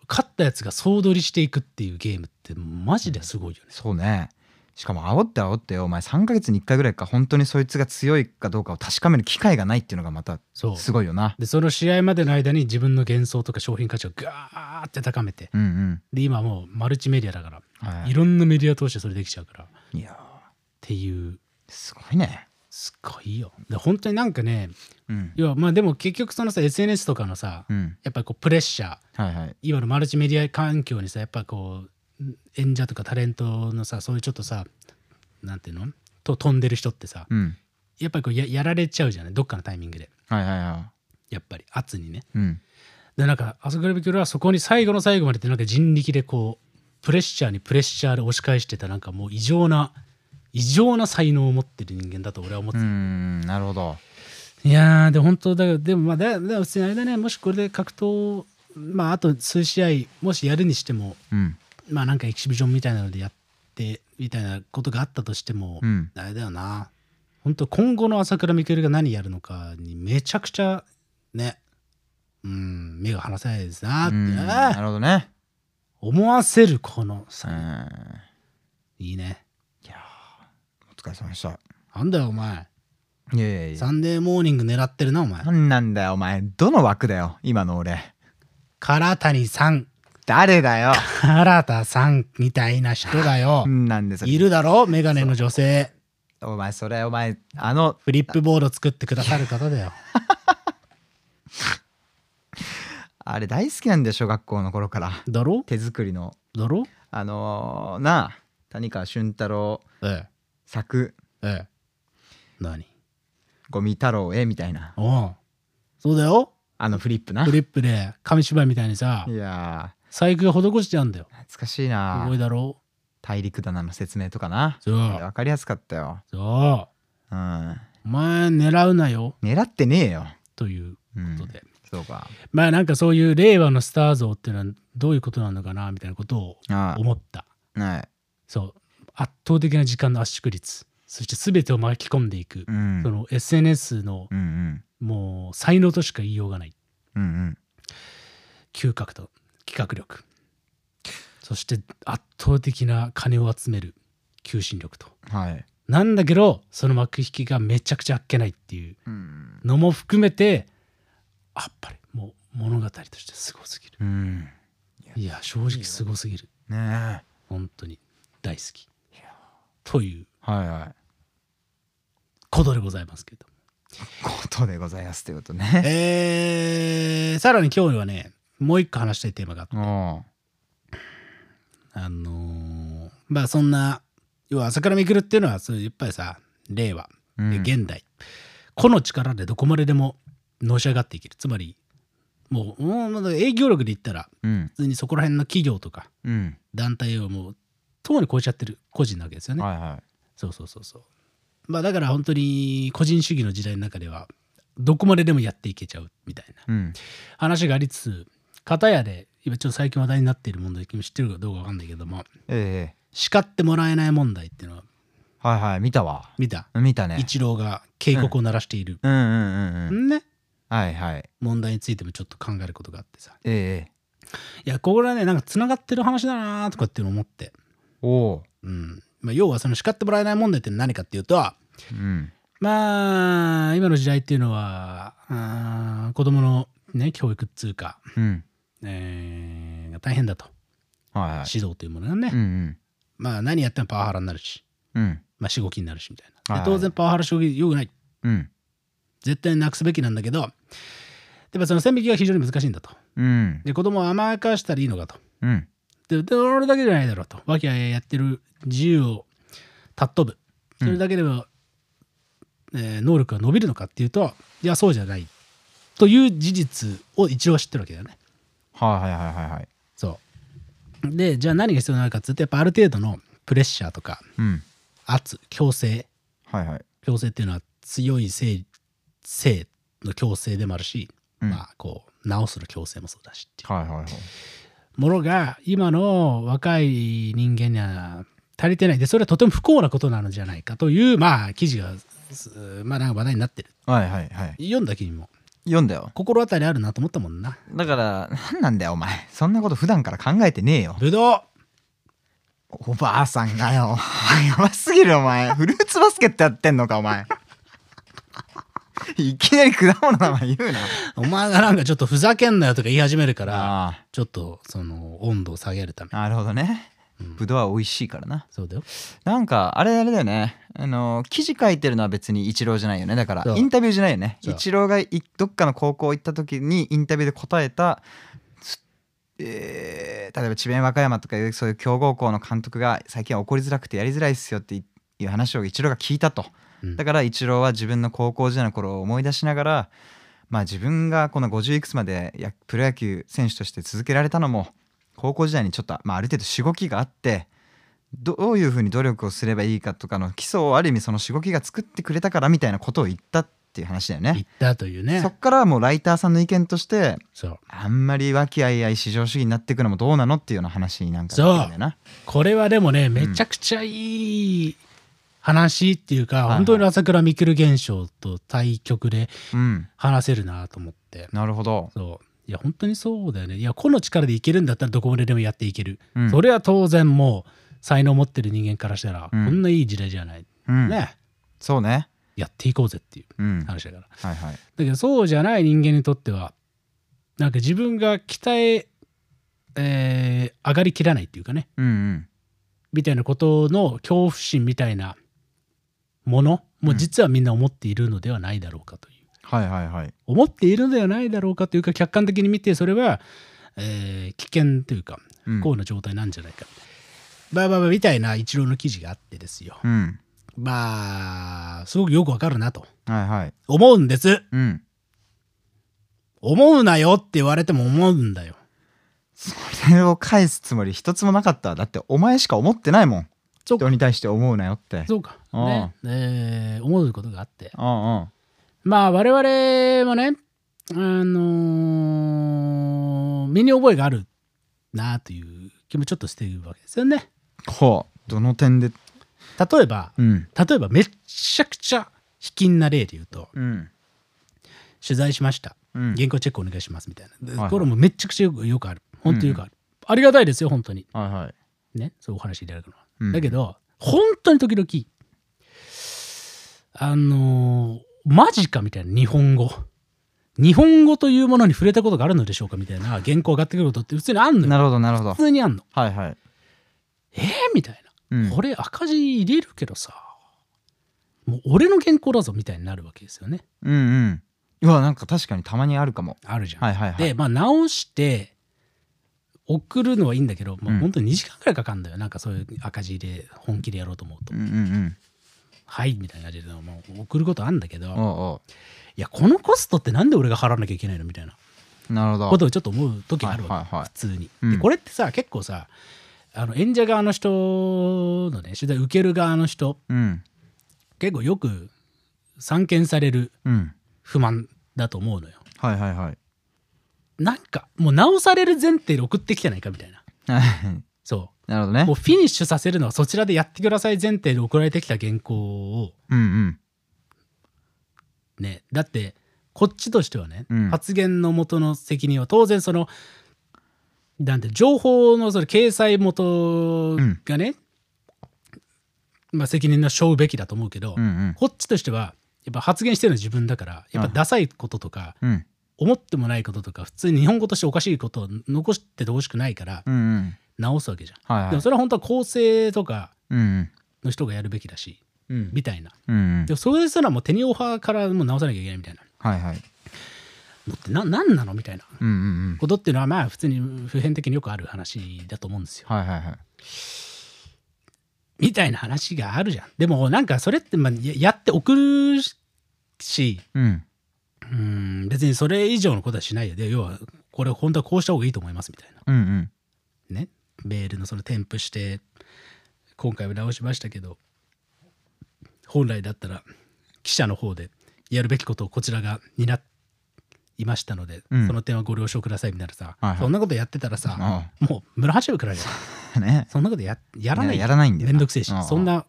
A: 勝ったやつが総取りしていくっていうゲームってマジですごいよね、
B: そうねしかも煽って煽ってお前3ヶ月に1回ぐらいか本当にそいつが強いかどうかを確かめる機会がないっていうのがまた
A: そう
B: すごいよな
A: でその試合までの間に自分の幻想とか商品価値をガーって高めて
B: うん
A: で今もうマルチメディアだから、、
B: うん、はい
A: ろんなメディア通してそれできちゃうからっ
B: い、いや
A: ていう
B: ーすごいね
A: すっごいよで本当になんかね
B: うん
A: 要はまあでも結局そのさ SNS とかのさ、
B: うん
A: やっぱりこうプレッシャー
B: はいはい
A: 今のマルチメディア環境にさやっぱこうん演者とかタレントのさそういうちょっとさなんていうのと飛んでる人ってさ
B: うん
A: やっぱりこうややられちゃうじゃないどっかのタイミングで
B: はいはいは
A: やっぱり圧にね
B: いうん
A: でなんか朝倉未来はそこに最後の最後までってなんか人力でこうプレッシャーにプレッシャーで押し返してたなんかもう異常な異常な才能を持ってる人間だと俺は思っ
B: う
A: て
B: ー
A: た、
B: んなるほど
A: いやーで本当だからでもまあだだ普通にあれだねもしこれで格闘まああと数試合もしやるにしても
B: うん
A: まあなんかエキシビションみたいなのでやってみたいなことがあったとしても、
B: うん
A: あれだよな本当今後の朝倉未来が何やるのかにめちゃくちゃねうん目が離せないですな
B: う
A: っ
B: ー
A: て
B: ん
A: あ
B: な
A: ー
B: るほどね
A: 思わせるこの
B: う
A: さ、
B: んい
A: いいね
B: やーお疲れ様でした
A: なんだよお前
B: いやいやいや
A: サンデーモーニング狙ってるなお前
B: なんなんだよお前どの枠だよ今の俺
A: 唐谷さん
B: 誰だ よ
A: 唐田さんみたいな人だよ
B: うんなんです
A: いるだろメガネの女性
B: お前それお前あの
A: フリップボード作ってくださる方だよ
B: あれ大好きなんで小学校の頃から
A: だろ
B: 手作りの
A: だろ
B: あのーなあ谷川俊太郎
A: え
B: 作
A: えええ何
B: ゴミ太郎へみたいな
A: おうそうだよ
B: あのフリップな
A: フリップで紙芝居みたいにさ
B: いや
A: 細工が施してあるんだよ
B: ー懐かしい
A: す
B: な
A: ごいだろ
B: 大陸棚の説明とかな
A: そう
B: 分かりやすかったよ
A: そう
B: うん
A: お前狙うなよ
B: 狙ってねえよ、
A: という
B: う
A: こ
B: ん
A: と、で、
B: そうか
A: まあなんかそういう令和のスター像っていうのはどういうことなのかなみたいなことを
B: あ
A: 思った
B: あはい
A: そう圧倒的な時間の圧縮率そして全てを巻き込んでいく、
B: うん
A: その SNS の
B: うんうん
A: もう才能としか言いようがない
B: うんうん
A: 嗅覚と企画力そして圧倒的な金を集める求心力と
B: はい
A: なんだけどその幕引きがめちゃくちゃあっけないっていう
B: うん
A: のも含めてやっぱりもう物語としてすごすぎる
B: うん
A: いや正直すごすぎる
B: ねえ
A: 本当に大好きという
B: はいはい
A: ことでございますけど
B: ことでございますということね
A: えー、さらに今日はねもう一個話したいテーマがあって
B: おおう
A: あのーまあそんな要は朝倉未来っていうのはそうやっぱりさ令和
B: う
A: で
B: ん
A: 現代、個の力でどこまででものし上がっていけるつまりもううんまだ営業力で言ったら
B: うん
A: 普通にそこら辺の企業とか
B: うん
A: 団体をもうとうに超えちゃってる個人なわけですよね、
B: はいはい
A: そうそうそうそうまあだから本当に個人主義の時代の中ではどこまででもやっていけちゃうみたいな
B: うん
A: 話がありつつ片やで今ちょっと最近話題になっている問題君知ってるかどうかわかんないけども
B: ええ
A: 叱ってもらえない問題っていうのは
B: はいはい見たわ
A: 見た
B: 見たね
A: 一郎が警告を鳴らしている、
B: うんうんうんうん
A: ね
B: はいはい
A: 問題についてもちょっと考えることがあってさ
B: ええ
A: いやこれはねなんかつながってる話だなとかっていうのを思って、
B: おお
A: うんまあ、要はその叱ってもらえない問題って何かっていうと
B: ううん
A: まあ今の時代っていうのはあー子供のね教育っつうか、
B: うん
A: えーが大変だと
B: はいはい
A: 指導というものがね、
B: うんうん
A: まあ何やってもパワハラになるし、
B: うん
A: まあ、しごきになるしみたい
B: は
A: ないで
B: は
A: 当
B: い
A: 然パワハラ将棋よくない
B: うん
A: 絶対なくすべきなんだけどでもその線引きが非常に難しいんだと
B: うん
A: で子供を甘やかしたらいいのかと
B: うん
A: でで俺だけじゃないだろうと和気あいあいやってる自由を尊ぶそれだけでは、えー能力が伸びるのかっていうといやそうじゃないという事実を一応は知ってるわけだよね
B: はいはいはいはいはい
A: そうでじゃあ何が必要なのかっつうとやっぱある程度のプレッシャーとか
B: うん
A: 圧強制
B: はいはい
A: 強制っていうのは強い性性の強制でもあるし、
B: うん
A: まあこう直すの強制もそうだしってい
B: はいはいはいう
A: ものが今の若い人間には足りてないでそれはとても不幸なことなのじゃないかというまあ記事がすまあなんか話題になってる
B: はいはいはい
A: 読んだ君も
B: 読んだよ
A: 心当たりあるなと思ったもん な
B: だから何なんだよお前そんなこと普段から考えてねえよ
A: ぶどう
B: おばあさんがよ やばすぎるお前フルーツバスケットやってんのかお前 いきなり果物の名前言うな
A: お前がなんかちょっとふざけんなよとか言い始めるから
B: あ
A: ちょっとその温度を下げるため
B: あなるほどね
A: うん
B: ぶどうは美味しいからな
A: そうだよ
B: なんかあれあれだよねあの記事書いてるのは別にイチローじゃないよねだから
A: そう
B: インタビューじゃないよね
A: そう
B: イチローがいどっかの高校行った時にインタビューで答えたすえー例えば智弁和歌山とかいうそういう強豪校の監督が最近は怒りづらくてやりづらいっすよっていう話をイチローが聞いたと
A: うん
B: だからイチローは自分の高校時代の頃を思い出しながらまあ自分がこの50いくつまでやプロ野球選手として続けられたのも高校時代にちょっと、まあ、ある程度しごきがあってどういうふうに努力をすればいいかとかの基礎をある意味そのしごきが作ってくれたからみたいなことを言ったっていう話だよ
A: 言
B: ね。
A: ったというね
B: そっからはもうライターさんの意見として
A: そう
B: あんまり和気あいあい至上主義になっていくのもどうなのっていうような話になんかなってるんだよな。
A: これはでもねめちゃくちゃいい話っていうか、
B: はいはい
A: 本当に朝倉未来現象と対局で
B: うん、
A: 話せるなと思って
B: なるほど。
A: そういや本当にそうだよねいや個の力でいけるんだったらどこまででもやっていける、
B: うん
A: それは当然もう才能持ってる人間からしたら、
B: うん
A: こんないい時代じゃない、
B: うん、
A: ね
B: そうね。
A: やっていこうぜっていう
B: うん、はい
A: 話だからだ
B: はい。
A: けどそうじゃない人間にとってはなんか自分が鍛ええー上がりきらないっていうかね
B: うんうん。
A: みたいなことの恐怖心みたいなものも実はみんな思っているのではないだろうかという、
B: はいはいはい。
A: 思っているのではないだろうかというか客観的に見てそれは、えー危険というか
B: うん
A: 不幸な状態なんじゃないか、バーバーバーみたいな一郎の記事があってですよ
B: うん。
A: まあすごくよくわかるなと
B: はいはい。
A: 思うんです
B: うん。
A: 思うなよって言われても思うんだよ
B: それを返すつもり一つもなかったわだってお前しか思ってないもん。
A: そうか
B: 人に対して思うなよって。
A: そうかね、えー思うことがあって
B: うんうん。
A: まあ我々はね、あのー身に覚えがあるなという気もちょっとしているわけですよね。
B: ほう。どの点で。
A: 例えば、
B: うん。
A: 例えばめっちゃくちゃ卑近な例で言うと、
B: うん。
A: 取材しました。
B: うん。
A: 原稿チェックお願いしますみたいな。で
B: はいはい
A: これもめっちゃくちゃよくよくある。本当によくある。ありがたいですよ、本当に。
B: はいはい。
A: ね、そうお話しいただくのは。
B: うん
A: だけど、本当に時々、あのーマジかみたいな、日本語。日本語というものに触れたことがあるのでしょうかみたいな原稿上がってくることって普通にあんのよ。
B: なるほどなるほど
A: 普。通にあんの。
B: はいはい。
A: えー、みたい
B: うん
A: な。これ赤字入れるけどさ、もう俺の原稿だぞみたいになるわけですよね。
B: うんうん。うわなんか確かにたまにあるかも。
A: あるじゃん。
B: はいはいはい。
A: で、まあ直して、送るのはいいんだけど、もう
B: うん
A: 本当に2時間くらいかかるんだよ。なんかそういう赤字入れ、本気でやろうと思うと
B: うん。うん
A: はい、みたいな感じで、もう送ることあるんだけど、
B: うん。おうお
A: いやこのコストってなんで俺が払わなきゃいけないのみたいな
B: う。なるほど。
A: ことをちょっと思う時があるわけ、
B: はいはいはい
A: 普通に。
B: うん
A: でこれってさ結構さあの演者側の人のね取材受ける側の人
B: うん。
A: 結構よく散見される
B: うん。
A: 不満だと思うのよ。
B: はいはいはい。
A: なんかもう直される前提で送ってきてないかみたいな。そ
B: なる
A: う。も
B: ほどね
A: う。フィニッシュさせるのはそちらでやってください前提で送られてきた原稿を
B: うんうん。
A: ねだってこっちとしてはね、
B: うん
A: 発言の元の責任は当然そのなんて情報のそれ掲載元がね、まあ、責任の負うべきだと思うけど、
B: うんうん。
A: こっちとしてはやっぱ発言してるのは自分だからやっぱダサいこととか、
B: うん
A: 思ってもないこととか普通に日本語としておかしいことを残しててほしくないから
B: うんうん。
A: 直すわけじゃん。
B: はいは
A: でも
B: い。
A: それは本当は構成とか
B: うん
A: の人がやるべきだし
B: うん。うん
A: みたいな。
B: うん
A: で。もそれすらもう手にオファーからもう直さなきゃいけないみたいな
B: はいはい。
A: のってな何なのみたいな
B: うんうんうん。
A: ことっていうのはまあ普通に普遍的によくある話だと思うんですよ。
B: はいはいはい。
A: みたいな話があるじゃん。でもなんかそれってまあややって送るし
B: うん。
A: うん別にそれ以上のことはしないよで要はこれ本当はこうした方がいいと思いますみたい
B: うんうん。
A: なねメールのその添付して今回は直しましたけど本来だったら記者の方でやるべきことをこちらが担いましたので、
B: うん
A: その点はご了承くださいみたいなさ、
B: はいはい
A: そんなことやってたらさ、
B: あ
A: もう村橋部くらいだよ
B: あ ね
A: そんなことややらない
B: いややらないんだよな
A: めんどくせえし
B: ああ
A: そんな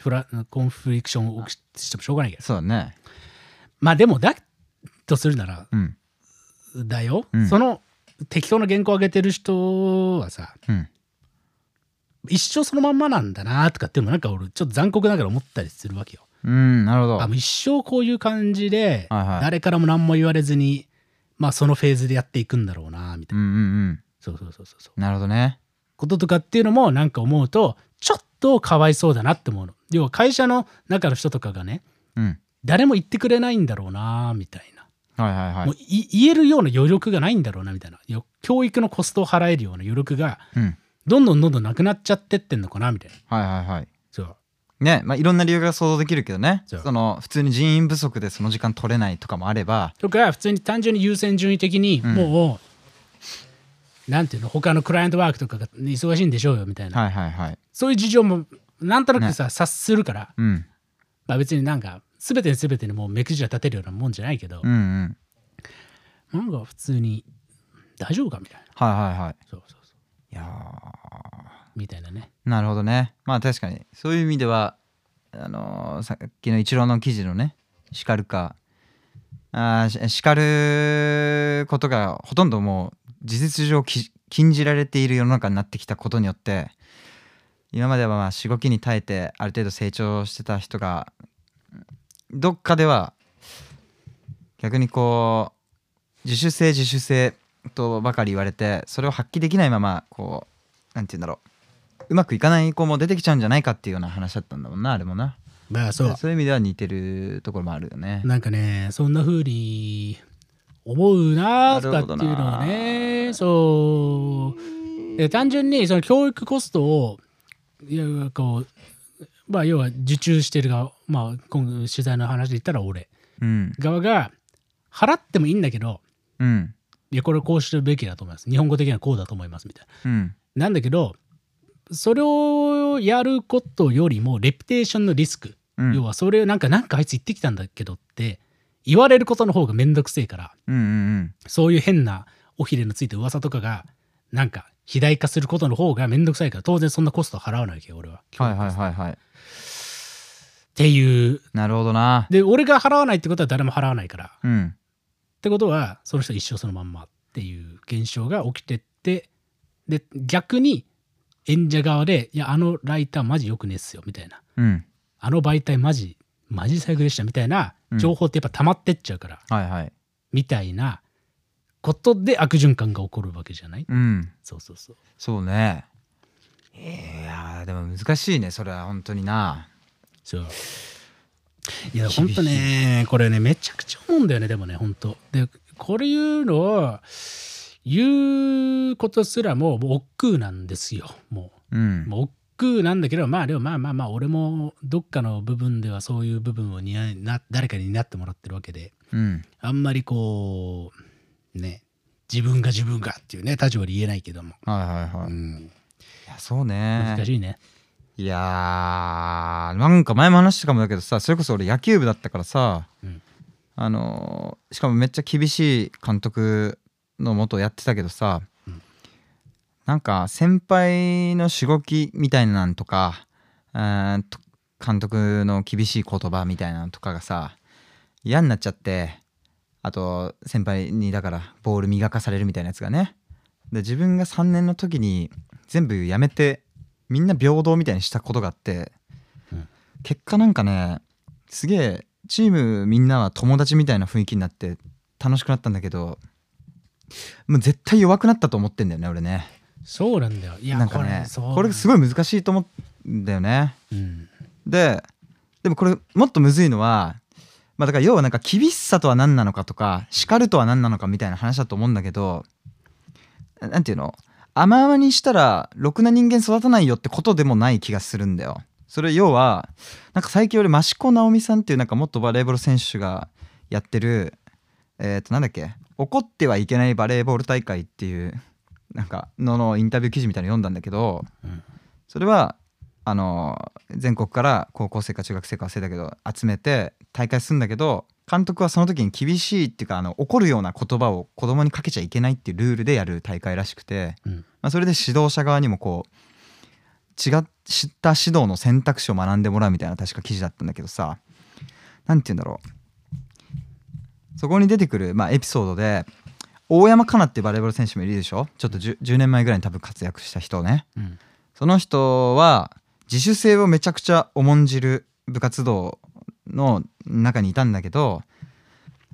A: フラコンフリクションを起きしてもしょうがないけど
B: そうだね
A: まあでもだとするなら
B: うん
A: だよ、
B: うん
A: その適当な原稿を上げてる人はさ
B: うん
A: 一生そのまんまなんだなとかっていうのもなんか俺ちょっと残酷だから思ったりするわけよ。
B: うんなるほど
A: あもう一生こういう感じで
B: はいはい
A: 誰からも何も言われずにまあそのフェーズでやっていくんだろうなみた
B: う
A: い
B: ん
A: な、
B: うんうん
A: そうそうそうそうそう
B: なるほどね
A: こととかっていうのもなんか思うとちょっとかわいそうだなって思うの。要は会社の中の人とかがね
B: うん
A: 誰も言ってくれないんだろうなみたいな。
B: はいはいは
A: もう
B: い
A: い言えるような余力がないんだろうなみたいなよ教育のコストを払えるような余力が
B: うん
A: どんどんどんどんなくなっちゃってってんのかなみたいな
B: はいはいはい
A: そう
B: ねまあいろんな理由が想像できるけどね
A: そう
B: その普通に人員不足でその時間取れないとかもあれば
A: とか普通に単純に優先順位的に
B: うん
A: もう、なんていうの他のクライアントワークとかが忙しいんでしょうよみたいな、
B: はいはいはい
A: そういう事情もなんとなくさ、察するから、
B: うん
A: まあ、別になんか全てに全てにもう目くじら立てるようなもんじゃないけど
B: う、んうん
A: なんか普通に大丈夫かみたいな
B: はいはいはい
A: そうそうそう
B: いや
A: みたいなね
B: ーなるほどねまあ確かにそういう意味ではあのーさっきの一郎の記事のね叱るかあーし叱ることがほとんどもう事実上き禁じられている世の中になってきたことによって今まではまあしごきに耐えてある程度成長してた人がどっかでは逆にこう自主性自主性とばかり言われてそれを発揮できないままこうなんて言うんだろううまくいかない子も出てきちゃうんじゃないかっていうような話だったんだもんなあれもな
A: まあそう
B: いう意味では似てるところもあるよね
A: なんかねそんな風に思うなとかっていうのは
B: な
A: ねそうで単純にその教育コストをいやこうまあ要は受注してる側まあ今取材の話で言ったら俺
B: うん
A: 側が払ってもいいんだけど
B: うん
A: いやこれこうしてるべきだと思います日本語的にはこうだと思いますみたい
B: うん
A: ななんだけどそれをやることよりもレピテーションのリスク
B: うん
A: 要はそれなんかなんかあいつ言ってきたんだけどって言われることの方がめんどくせえから
B: うんうん
A: そういう変な尾ひれのついた噂とかがなんか肥大化することの方がめんどくさいから当然そんなコスト払わないわけよ俺は。
B: はいはいはいはい
A: っていう
B: なるほどな
A: で俺が払わないってことは誰も払わないからっ
B: うん
A: てことはその人は一生そのまんまっていう現象が起きてってで逆に演者側で「いやあのライターマジよくねえっすよ」みたいな
B: うん
A: 「あの媒体マジマジ最悪でした」みたいな情報ってやっぱ溜まってっちゃうから。
B: はいはい
A: みたいなことで悪循環が起こるわけじゃない
B: うん
A: そうそうそう。
B: そうねいやーでも難しいねそれは本当にな
A: そういや本当ねこれねめちゃくちゃ思うんだよねでもね本当でこれいうのを言うことすらももう億劫なんですよも
B: う
A: うんもう億劫なんだけどまあでもまあまあまあ俺もどっかの部分ではそういう部分を担いな誰かに担ってもらってるわけで
B: うん
A: あんまりこうね自分が自分がっていうね立場で言えないけども、
B: はいはいは
A: う
B: いい
A: ん、
B: やそうね
A: 難しいね。
B: いやーなんか前も話したかもだけどさそれこそ俺野球部だったからさ、
A: うん
B: あのーしかもめっちゃ厳しい監督のもとやってたけどさ、
A: うん
B: なんか先輩のしごきみたいなんとか、うーんと監督の厳しい言葉みたいなのとかがさ嫌になっちゃってあと先輩にだからボール磨かされるみたいなやつがねで自分が3年の時に全部やめてみんな平等みたいにしたことがあって、
A: うん
B: 結果なんかねすげえチームみんなは友達みたいな雰囲気になって楽しくなったんだけどもう絶対弱くなったと思ってんだよね俺ね
A: そうなんだよ。いや、
B: なんかね
A: そ
B: こ
A: う
B: れ
A: な
B: すごい難しいと思うんだよね
A: うん、
B: ででもこれもっとむずいのはまあだから要はなんか厳しさとは何なのかとか叱るとは何なのかみたいな話だと思うんだけどななんていうの甘々にしたらろくな人間育たないよってことでもない気がするんだよ。それ要はなんか最近俺益子直美さんっていうなんか元バレーボール選手がやってるえっ、となんだっけ怒ってはいけないバレーボール大会っていうなんかののインタビュー記事みたいなの読んだんだけど、
A: うん
B: それはあの全国から高校生か中学生か忘れたけど集めて大会するんだけど監督はその時に厳しいっていうかあの怒るような言葉を子供にかけちゃいけないっていうルールでやる大会らしくて、
A: うん
B: まあ、それで指導者側にもこう違っ知った指導の選択肢を学んでもらうみたいな確か記事だったんだけどさなんて言うんだろうそこに出てくる、まあ、エピソードで大山かなっていうバレーボール選手もいるでしょちょっと 10, 10年前ぐらいに多分活躍した人ね
A: うん
B: その人は自主性をめちゃくちゃ重んじる部活動の中にいたんだけど、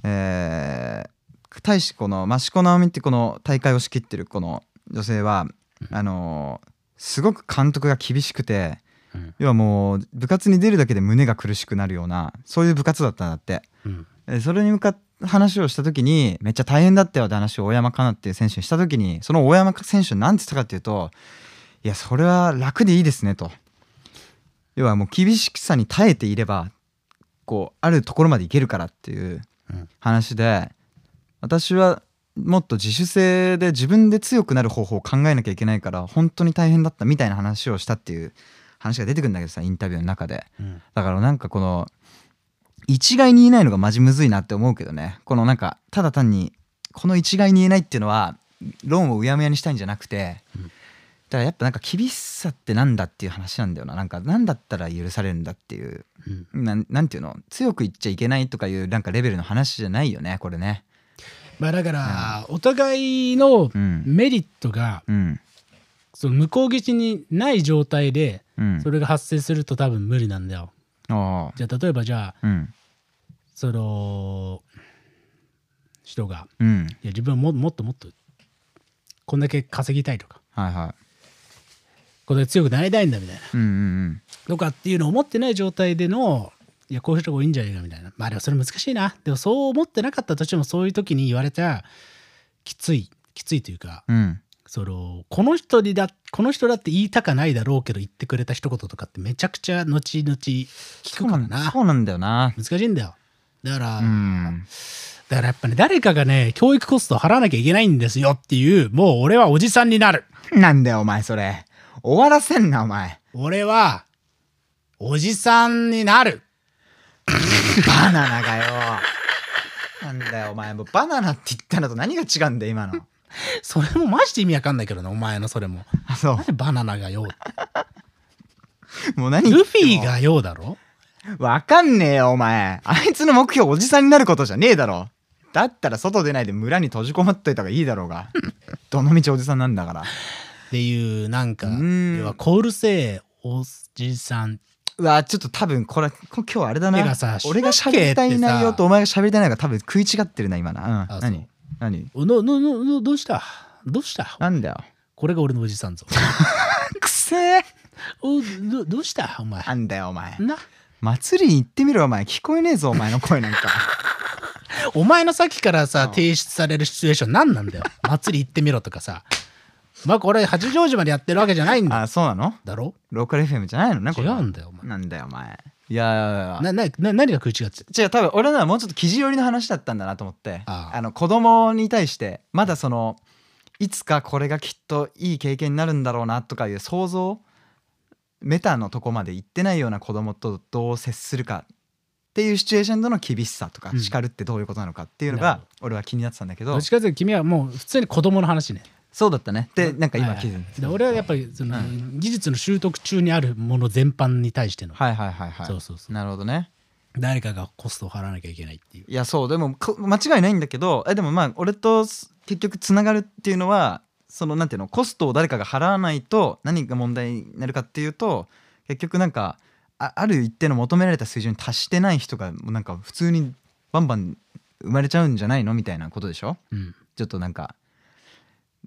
B: えー、対しこの益子直美ってこの大会を仕切ってるこの女性はあのーすごく監督が厳しくて
A: うん
B: 要はもう部活に出るだけで胸が苦しくなるようなそういう部活だったんだって。
A: うん
B: えーそれに向かって話をした時にめっちゃ大変だったよって話を大山かなっていう選手にした時にその大山選手は何て言ったかっていうといやそれは楽でいいですねと要はもう厳しさに耐えていればこうあるところまでいけるからっていう
A: うん
B: 話で私はもっと自主性で自分で強くなる方法を考えなきゃいけないから本当に大変だったみたいな話をしたっていう話が出てくるんだけどさインタビューの中で。
A: うん
B: だからなんかこの一概に言えないのがマジむずいなって思うけどねこのなんかただ単にこの一概に言えないっていうのは論をうやむやにしたいんじゃなくて、
A: うん
B: だからやっぱなんか厳しさってなんだっていう話なんだよななんかなんだったら許されるんだっていう
A: うん
B: なんなんていうの強く言っちゃいけないとかいうなんかレベルの話じゃないよねこれね
A: まあだからお互いの
B: うん
A: メリットが
B: うん
A: その向こう岸にない状態で
B: うん
A: それが発生すると多分無理なんだよ。
B: あ
A: じゃあ例えばじゃあ
B: あうん
A: その人が
B: うん
A: いや自分はももっともっとこんだけ稼ぎたいとか
B: はいは
A: これ強くなりたいんだみたいない
B: うんうん
A: とかっていうのを思ってない状態でのいやこういう人がいいんじゃないかみたいなまあでもそれ難しいなでもそう思ってなかったとしてもそういう時に言われたきついきついというか
B: うんうん
A: そのこの人にだこの人だって言いたかないだろうけど言ってくれた一言とかってめちゃくちゃ後々聞
B: そ
A: く
B: う
A: か
B: な
A: ら
B: ん
A: な
B: そうなんだよな
A: 難しいんだよだから、
B: うん
A: だからやっぱね誰かがね教育コストを払わなきゃいけないんですよっていうもう俺はおじさんになる
B: なんだよお前それ終わらせんなお前
A: 俺はおじさんになる
B: バナナがよなんだよお前もうバナナって言ったのと何が違うんだよ今の
A: それもマジで意味わかんないけどねお前のそれも
B: あそ
A: なんでバナナがよう
B: うもう何
A: ル
B: 言っ
A: フ
B: ても
A: ィがようだろ
B: わかんねえよお前あいつの目標おじさんになることじゃねえだろだったら外出ないで村に閉じこもっといた方がいいだろうがどの道おじさんなんだから
A: っていうなんか
B: うん
A: 要はコールせえおじさん
B: うわちょっと多分これこ今日あれだな
A: てかさ
B: 俺が喋りたい内容とお前が喋りたい内容が多分食い違ってるな今な、うん、
A: あそう
B: 何何
A: おののののどうしたどうした
B: なんだよ
A: これが俺のおじさ んぞ
B: くせえ
A: おどどうしたお前
B: なんだよお前
A: な
B: 祭りに行ってみろお前聞こえねえぞお前の声なんか
A: お前のさっきから
B: う
A: さ
B: ん
A: 提出されるシチュエーション何なんだよ祭り行ってみろとかさまあこれ八丈島でやってるわけじゃないんだ
B: あそうなの
A: だろ
B: ローカル FM じゃないのねこ
A: 違
B: れは
A: うんだよお前
B: なんだよお前いやいやいや
A: ななな何が食い違って
B: 違う多分俺のはもうちょっと記事寄りの話だったんだなと思って
A: あ
B: あ
A: あ
B: の子供に対してまだそのいつかこれがきっといい経験になるんだろうなとかいう想像メタのとこまで行ってないような子供とどう接するかっていうシチュエーションとの厳しさとか、
A: うん
B: 叱るってどういうことなのかっていうの
A: なる
B: が俺は気になってたんだけど
A: どっちかというと君はもう普通に子供の話ね
B: そうだったねでなんか今
A: はいはい
B: 記事に
A: で俺はやっぱりその、
B: う
A: 技術の習得中にあるもの全般に対しての、
B: はいはいはいはい
A: そうそうそう
B: なるほどね
A: 誰かがコストを払わなきゃいけないっていう
B: いやそうでもこ間違いないんだけどえでもまあ俺とす結局つながるっていうのはそのなんていうのコストを誰かが払わないと何が問題になるかっていうと結局なんかあある一定の求められた水準に達してない人がもうなんか普通にバンバン生まれちゃうんじゃないのみたいなことでしょ
A: うん
B: ちょっとなんか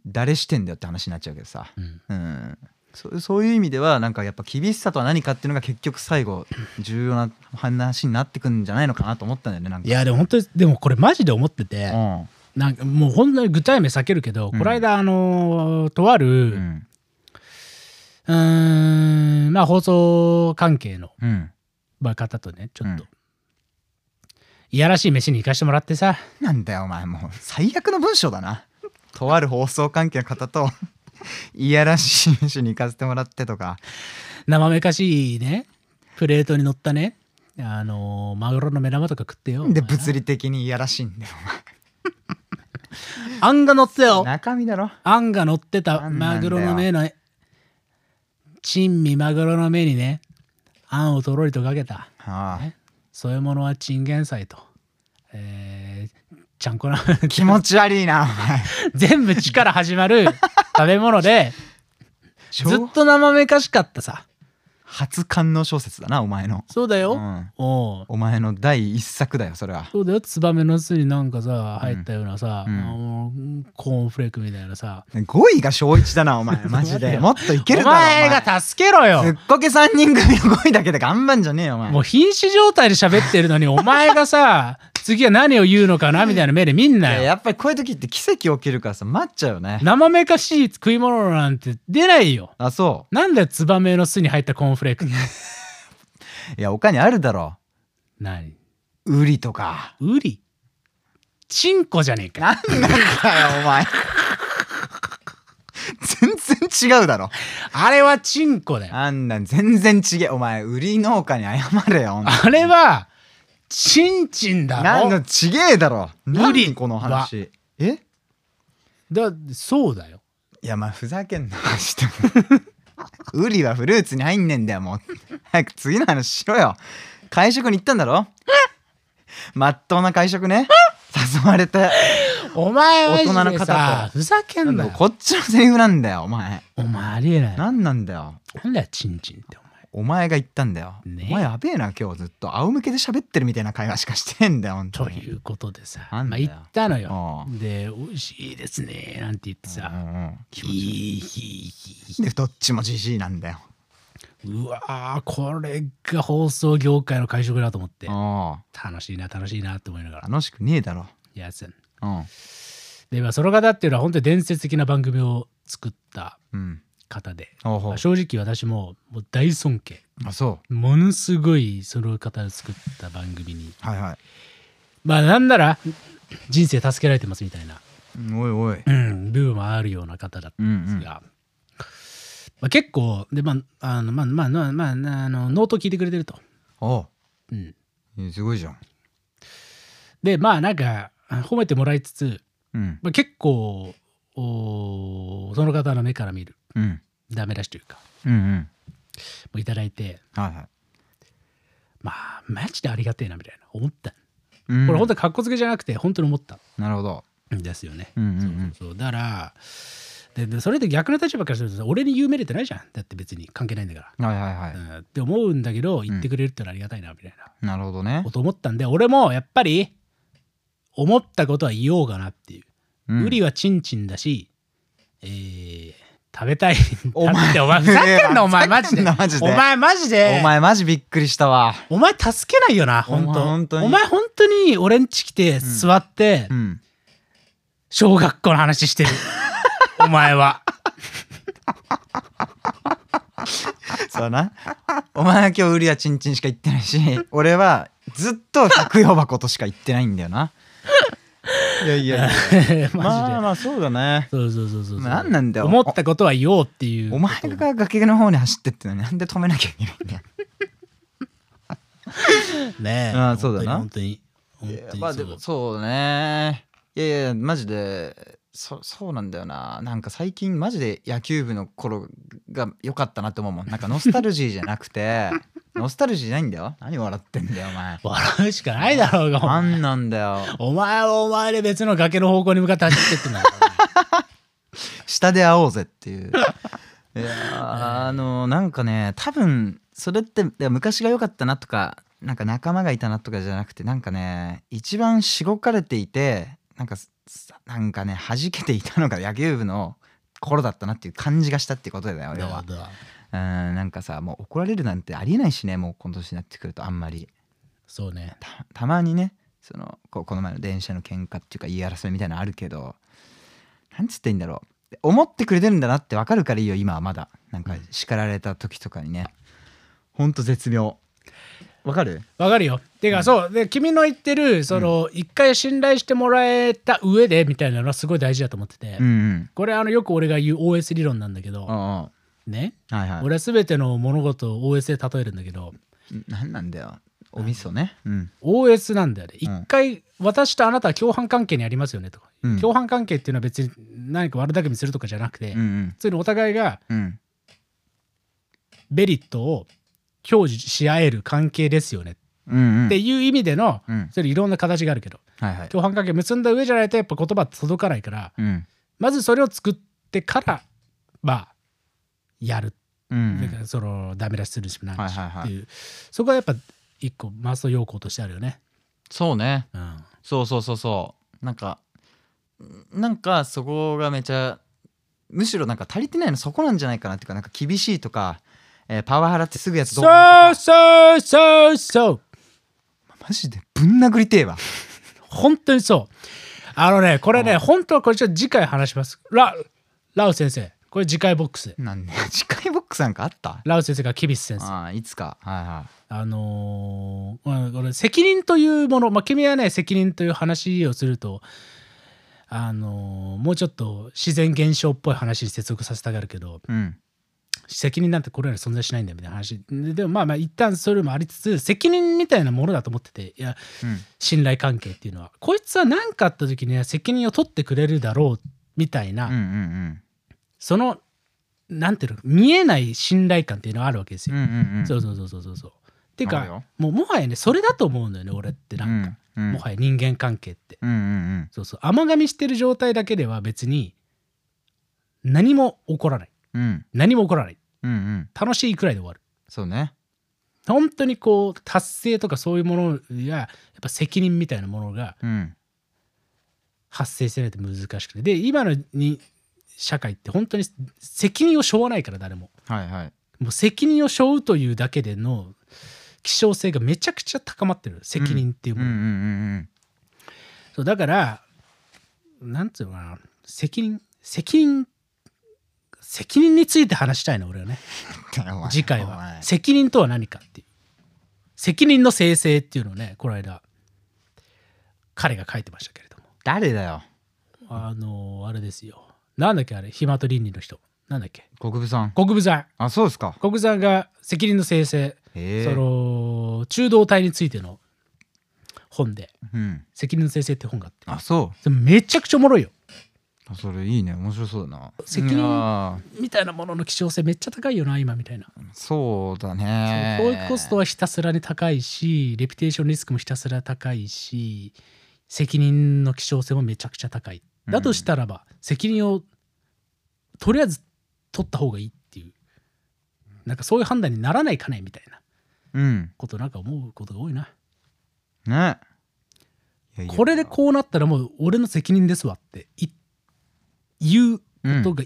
B: 誰視点だよって話になっちゃうけどさ
A: うん
B: うんそそういう意味ではなんかやっぱ厳しさとは何かっていうのが結局 最後重要な話になってくんじゃないのかなと思ったんだよねなんか
A: いやでも本当にでもこれマジで思ってて、
B: うん
A: なんかもう本当に具体名避けるけど、
B: うん
A: この間あのーとあ
B: う
A: るうんーんまあ放送関係の
B: うん
A: まあ方とねちょっと、
B: うん
A: いやらしい飯に行かしてもらってさ
B: なんだよお前もう最悪の文章だなとある放送関係の方と いやらしい飯に行かせてもらってとか
A: 生めかしいねプレートに乗ったねあのーマグロの目玉とか食ってよお前
B: で
A: な
B: 物理的にいやらしいんだよ
A: あんが乗ってた
B: お
A: よ
B: 前中身だろ
A: あんが乗ってた
B: なんなんだ
A: マ
B: よ
A: グロの目の珍味マグロの目にねあんをとろりとかけた
B: ああ
A: ね添え物はチンゲン菜とえーちゃんこな
B: 気持ち悪いなお前
A: 全部「ち」から始ま る食べ物でずっと生めかしかったさ
B: 初官能小説だなお前の、
A: そうだよ、
B: うん
A: おう
B: お前の第一作だよそれは
A: そうだよツバメの巣になんかさ入ったようなさ、
B: うんうん
A: あのーコーンフレークみたいなさ
B: 5位が小一だ なお前マジでもっといけるだ
A: お
B: ろお
A: 前が助けろよ
B: すっこけ3人組の5位だけで頑張んじゃねえよお前
A: もう瀕死状態で喋ってる のにお前がさ次は何を言うのかなみたいな目で見ん
B: い
A: な
B: や
A: よ
B: やっぱりこういう時って奇跡起きるからさ待っちゃうよね
A: 生めかしい食い物なんて出ないよ
B: あそ
A: なんだよツバメの巣に入ったコーンフレーク
B: ういや他にあるだろ
A: 何
B: ウリとか
A: ウリチンコじゃねえか
B: なんなんだよお前全然違うだろ
A: あれはチンコだよ
B: あんなん全然違えお前売り農家に謝れよお前
A: あれはチンチンだ
B: なん
A: ろ
B: のちげえだろ
A: ウリ
B: 何この話え
A: だそうだよ
B: いやまあふざけんな話しても ウリはフルーツに入んねんだよもう 早く次の話しろよ会食に行ったんだろまっとうな会食ね誘われて
A: お前は
B: 大人の方と
A: さふざけんなよ
B: こっちのセリフなんだよお前
A: お前ありえないな
B: 何なんだよ
A: んだよチンチンってお
B: お前が言ったんだよ、
A: ね
B: お前やべえな今日ずっと仰向けで喋ってるみたいな会話しかしてんだよ本当
A: 前と
B: に
A: いうことでさ
B: なん
A: ま
B: だ
A: あ
B: よ
A: 言ったのよ
B: おう
A: で美味しいですねなんて言って
B: う
A: さ
B: んうん
A: いいひいひ
B: でどっちもじじいなんだよ
A: いうわーこれが放送業界の会食だと思って
B: お
A: 楽しいな楽しいなって思いなが
B: う
A: ら
B: 楽しくねえだろ
A: やつん
B: うん
A: でまあその方っていうのは本当に伝説的な番組を作った
B: うん
A: 方で、
B: おうほ
A: ま
B: う
A: あ正直私ももう大尊敬
B: あそ
A: ものすごいその方が作った番組に
B: うはいはい
A: まあなんなら人生助けられてますみたいな、
B: うんおいおい
A: うん、部分もあるような方だった
B: うん
A: んですが、まあ、結構でまああのまあまあまあ、まあ、あのノート聞いてくれてると、
B: お
A: うん、
B: うすごいじゃん
A: でまあなんか褒めてもらいつつ、
B: うん
A: まあ、結構おーその方の目から見る
B: うん
A: ダメ出しというか
B: うんうん
A: もういただいて
B: はいはい
A: まあマジでありがてえなみたいな思った、
B: うん
A: これ本当にかっこつけじゃなくて本当に思った
B: なるほど
A: んですよね、
B: うんうんう
A: そうんそうそうだからででそれで逆の立場からするとさ俺に言うメリットないじゃんだって別に関係ないんだか
B: はいはいは
A: ら、
B: い
A: うん、って思うんだけど言ってくれるってのはありがたいなみたいな
B: なるほどね
A: こと思ったんで俺もやっぱり思ったことは言おうかなっていう、
B: うん
A: ウリはチンチンだしえー食べたい
B: お
A: だっ
B: 前
A: てお前ふざけんなお前マジで
B: ふざけんなマジで
A: お前マジで
B: お前マジびっくりしたわ
A: お前助けないよな本
B: お前本
A: 当
B: 当に
A: お前本当に俺んち来て座って
B: うん
A: 小学校の話 してるお前は
B: そうだな。 お前は今日ウリはチンチンしか言ってないし、 俺はずっと百葉箱としか言ってないんだよな。 いやい やいや。
A: マジで
B: まあまあそうだね。
A: そうそうそうそうそう
B: なんなんだよ
A: 思ったことは言おうっていう
B: お前が崖の方に走ってってのになんで止めなきゃいけないんだよ。
A: ねえ
B: ああそうだな
A: 本当に本当に本当にそう
B: そうだね。いやいやマジで。そそうなんだよななんか最近マジで野球部の頃が良かったなと思うもんなんかノスタルジーじゃな くてノスタルジーじゃないんだよ何笑ってんだよお前
A: 笑うしかないだろうがお前
B: 何なんだよ
A: お前はお前で別の崖の方向に向かって走ってってんだよ
B: 下で会おうぜっていう いやーあのなんかね多分それっていや昔が良かったなとかなんか仲間がいたなとかじゃなくてなんかね一番しごかれていてなんかすなんかね弾けていたのが 野球部の頃だったなっていう感じがしたっていうことだよ
A: な
B: 要は
A: るほど
B: うんなんかさもう怒られるなんてありえないしねもうこの年になってくるとあんまり
A: そうね
B: たたまにねそのこうこの前の電車の喧嘩っていうか言い争いみたいなのあるけどなんつっていいんだろう思ってくれてるんだなってわかるからいいよ今はまだなんか叱られた時とかにねほんと絶妙わかる
A: わかるよ。てか、そうで君の言ってるその一、回信頼してもらえた上でみたいなのはすごい大事だと思ってて、
B: うんうん
A: これあのよく俺が言う OS 理論なんだけど、
B: あ
A: ね、
B: あはいはい
A: 俺は全ての物事を OS で例えるんだけど
B: なんなんだよお味噌ねうん
A: OS なんだよね。
B: うん
A: 一回、私とあなたは共犯関係にありますよねとか、
B: うん
A: 共犯関係っていうのは別に何か悪巧みするとかじゃなくて、
B: うんうん
A: 普通にお互いが
B: うん
A: メリットを享受し合える関係ですよね
B: うんうん
A: っていう意味での、
B: うん
A: それいろんな形があるけど
B: はいはい
A: 共犯関係結んだ上じゃないとやっぱ言葉届かないから
B: うん
A: まずそれを作ってからまあやる、
B: う
A: だ
B: ん
A: からそのダメ出しするしもないし
B: はいはい
A: っ
B: はい
A: ていうそこはやっぱ一個マスト要項としてあるよね。
B: そうね
A: うん
B: そうそうそうそうなんかなんかそこがめちゃむしろなんか足りてないのそこなんじゃないかなっていうかなんか厳しいとか、えーパワハラってすぐやつどう
A: そ
B: のとか
A: うそうそうそう
B: マジでぶん殴りてえわ
A: 本当にそうあのねこれ
B: う
A: ね
B: ん
A: 本当はこれちょっと次回話しますララウ先生これ次回ボックス
B: なんで次回ボックスなんかあった
A: ラウ先生がキビス先生
B: ああいつかはいは
A: あのーまあこれ責任というもの、まあ、君はね責任という話をすると、あのーもうちょっと自然現象っぽい話に接続させたがるけど
B: いうん
A: 責任なんてこれらに存在しないんだよみたいな話ででもまあまあ一旦それもありつつ責任みたいなものだと思ってていや
B: うん
A: 信頼関係っていうのはこいつは何かあった時には責任を取ってくれるだろうみたいな、
B: うんうん
A: そのなんていうの見えない信頼感っていうのはあるわけです
B: うんう
A: よ。
B: んうんうん
A: そうそうそうそうそうそうて
B: わかる
A: か
B: よ
A: もうもはやねそれだと思うんだよね俺ってなんか。
B: うんうん
A: もはや人間関係って
B: うんうん
A: そうそう甘噛みしてる状態だけでは別に何も起こらない
B: うんうん
A: 何も起こらない
B: うんうん
A: 楽しいくらいで終わる
B: そうね
A: 本当にこう達成とかそういうものややっぱ責任みたいなものが
B: うん
A: 発生してないと難しくてで今のに社会って本当に責任を背負わないから誰も
B: はいはい
A: もう責任を背負うというだけでの希少性がめちゃくちゃ高まってる責任っていう
B: うん
A: も
B: う
A: の、
B: んうん
A: そうだからなんつうのかな責任責任責任について話したいの俺はね
B: うん
A: 次回
B: お
A: は
B: 前
A: 責任とは何かっていう責任の生成っていうのをねこの間彼が書いてましたけれども
B: 誰だよ
A: あのあれですよなんだっけあれ暇と倫理の人なんだっけ
B: 国分さん
A: 国分さん
B: あそうですか
A: 国分さんが責任の生成、
B: へえ
A: その中道体についての本で
B: うん
A: 責任の生成って本があって
B: あそう
A: それめちゃくちゃおもろいよ
B: あそれいいね面白そうだな
A: 責任
B: いや
A: みたいなものの希少性めっちゃ高いよな今みたいな、
B: ーそうだね
A: 教育コストはひたすらに高いしレピュテーションリスクもひたすら高いし責任の希少性もめちゃくちゃ高いだとしたらば、責任をとりあえず取った方がいいっていうなんかそういう判断にならないかねみたいな
B: うん
A: ことなんか思うことが多いな
B: ねいやいや
A: これでこうなったらもう俺の責任ですわってい言うことが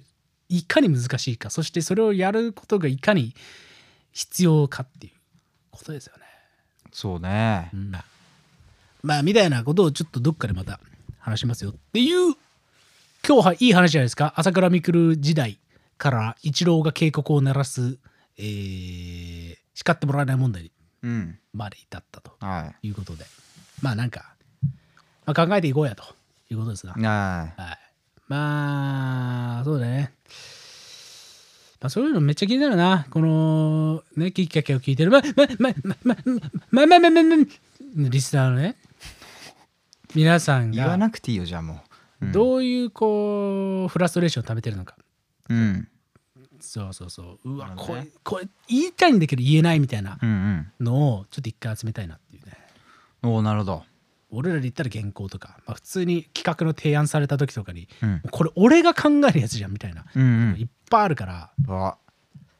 A: いかに難しいか、そしてそれをやることがいかに必要かっていうことですよね。
B: そうね
A: うんまあみたいなことをちょっとどっかでまた話しますよっていう今日はいい話じゃないですか朝倉未来時代から一郎が警告を鳴らす、えー叱ってもらえない問題
B: うん
A: まで至ったと
B: は
A: いうことでまあなんか、まあ、考えていこうやということですな。
B: いね
A: はい、まあそうだね、まあ、そういうのめっちゃ気になるなこのねキッキャキャを聞いてるままままままままままリスナーのね皆さん
B: 言わ
A: が
B: なくていいよじゃあもううん
A: どういうこうフラストレーションを溜めてるのか
B: うん
A: そうそうそううわ
B: なるほ
A: こ
B: ど
A: れ
B: ね
A: これ言いたいんだけど言えないみたいな
B: うん
A: のをちょっと一回集めたいなっていうね
B: うんおーなるほど
A: 俺らで言ったら原稿とか、まあ、普通に企画の提案された時とかに
B: うん
A: これ俺が考えるやつじゃんみたいな
B: うんうん
A: いっぱいあるから
B: うわ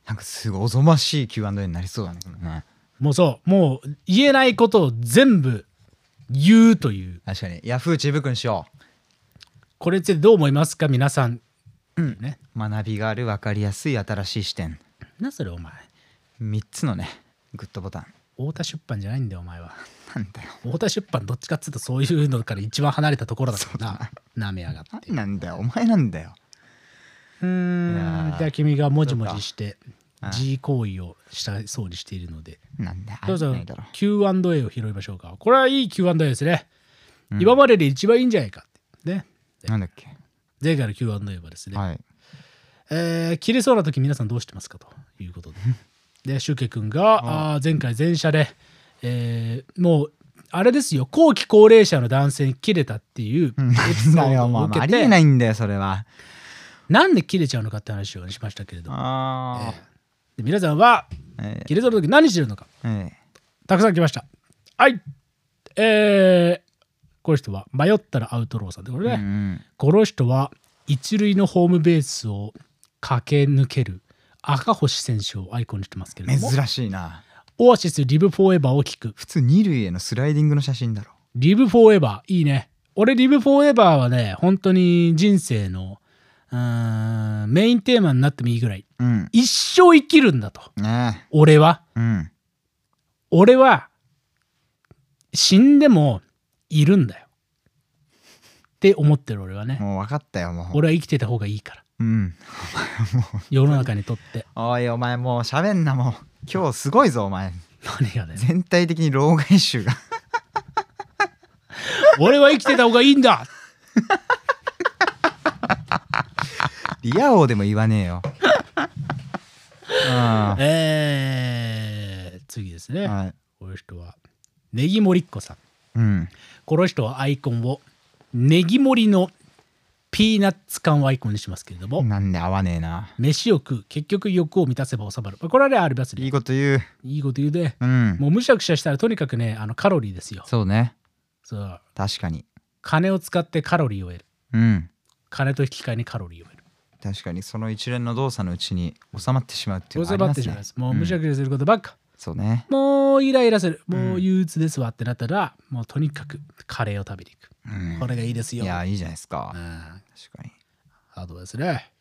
B: なんかすごいおぞましい Q&A になりそうだねこれね
A: もうそうもう言えないことを全部言うという
B: 確かにヤフー知恵袋にしよ
A: これについてどう思いますか皆さん、
B: うん
A: ね
B: う学びがある分かりやすい新しい視点
A: なそれお前
B: 3つのねグッドボタン
A: 太田出版じゃないんだよお前は
B: なんだよ
A: 太田出版どっちかっつうとそういうのから一番離れたところだからな舐めやがって
B: なんだよお前なんだよ
A: うーん
B: いやー
A: じゃあ君がもじもじして
B: ああ
A: G 行為をしたそうにしているので
B: なんだ
A: どうぞ
B: ないだろ
A: Q&A を拾いましょうかこれはいい Q&A ですね、今までで一番いいんじゃないかってね
B: なんだっけ
A: 前回の Q&A はですね、
B: はい
A: えー切れそうな時皆さんどうしてますかということででシュウケ君があー前回前者で、えーもうあれですよ後期高齢者の男性に切れたっていうエピソ
B: だ
A: ー
B: よ
A: ド
B: ま
A: を
B: あ
A: 受
B: まああ
A: け
B: りえ
A: て
B: ないんだよそれは
A: なんで切れちゃうのかって話をしましたけれども
B: あ
A: で皆さんは
B: あえ
A: 切れそうな時何してるのか
B: えええ
A: たくさん来ましたはいえー、この人は迷ったらアウトローさんでこれね、
B: うん
A: この人は一塁のホームベースを駆け抜ける赤星選手をアイコンにしてますけれども
B: 珍しいな
A: オアシスリブフォーエバーを聞く
B: 普通二塁へのスライディングの写真だろ
A: リブフォーエバーいいね俺リブフォーエバーはね本当に人生のうーんメインテーマになってもいいぐらい
B: うん
A: 一生生きるんだと
B: ね
A: 俺は
B: えうん
A: 俺は死んでもいるんだよって思ってる俺はね
B: もう分かったよもう
A: 俺は生きてた方がいいから
B: うん
A: 世の中にとって
B: おいお前もう喋んなもう今日すごいぞお前
A: 何がだよ
B: 全体的に老害臭が
A: 俺は生きてた方がいいんだ
B: リア王でも言わね えよあ
A: えー、次です
B: あ
A: ね、
B: はい
A: この人はネギモリッコさん
B: うん
A: この人はアイコンをネギ盛りのピーナッツ缶をアイコンにしますけれども、
B: なんで合わねえな
A: 飯を食う結局欲を満たせば収まるまあこれはねあります
B: いい
A: ね
B: こと言う
A: いいこと言うで
B: うん
A: もうむしゃくしゃしたらとにかくねあのカロリーですよ
B: そうね
A: そう
B: 確かに
A: 金を使ってカロリーを得る
B: うん
A: 金と引き換えにカロリーを得る
B: 確かにその一連の動作のうちに収まってしまうっていうのは
A: 収
B: あり
A: ま
B: ま
A: って
B: す
A: しま
B: ね
A: いますもうむしゃくしゃすることばっか、
B: そうね
A: もうイライラする
B: ん
A: もう憂鬱ですわってなったら、もうとにかくカレーを食べに行く
B: うん
A: これがいいです
B: い
A: よ
B: やいいじゃないですか
A: うん
B: 確かに
A: あとですね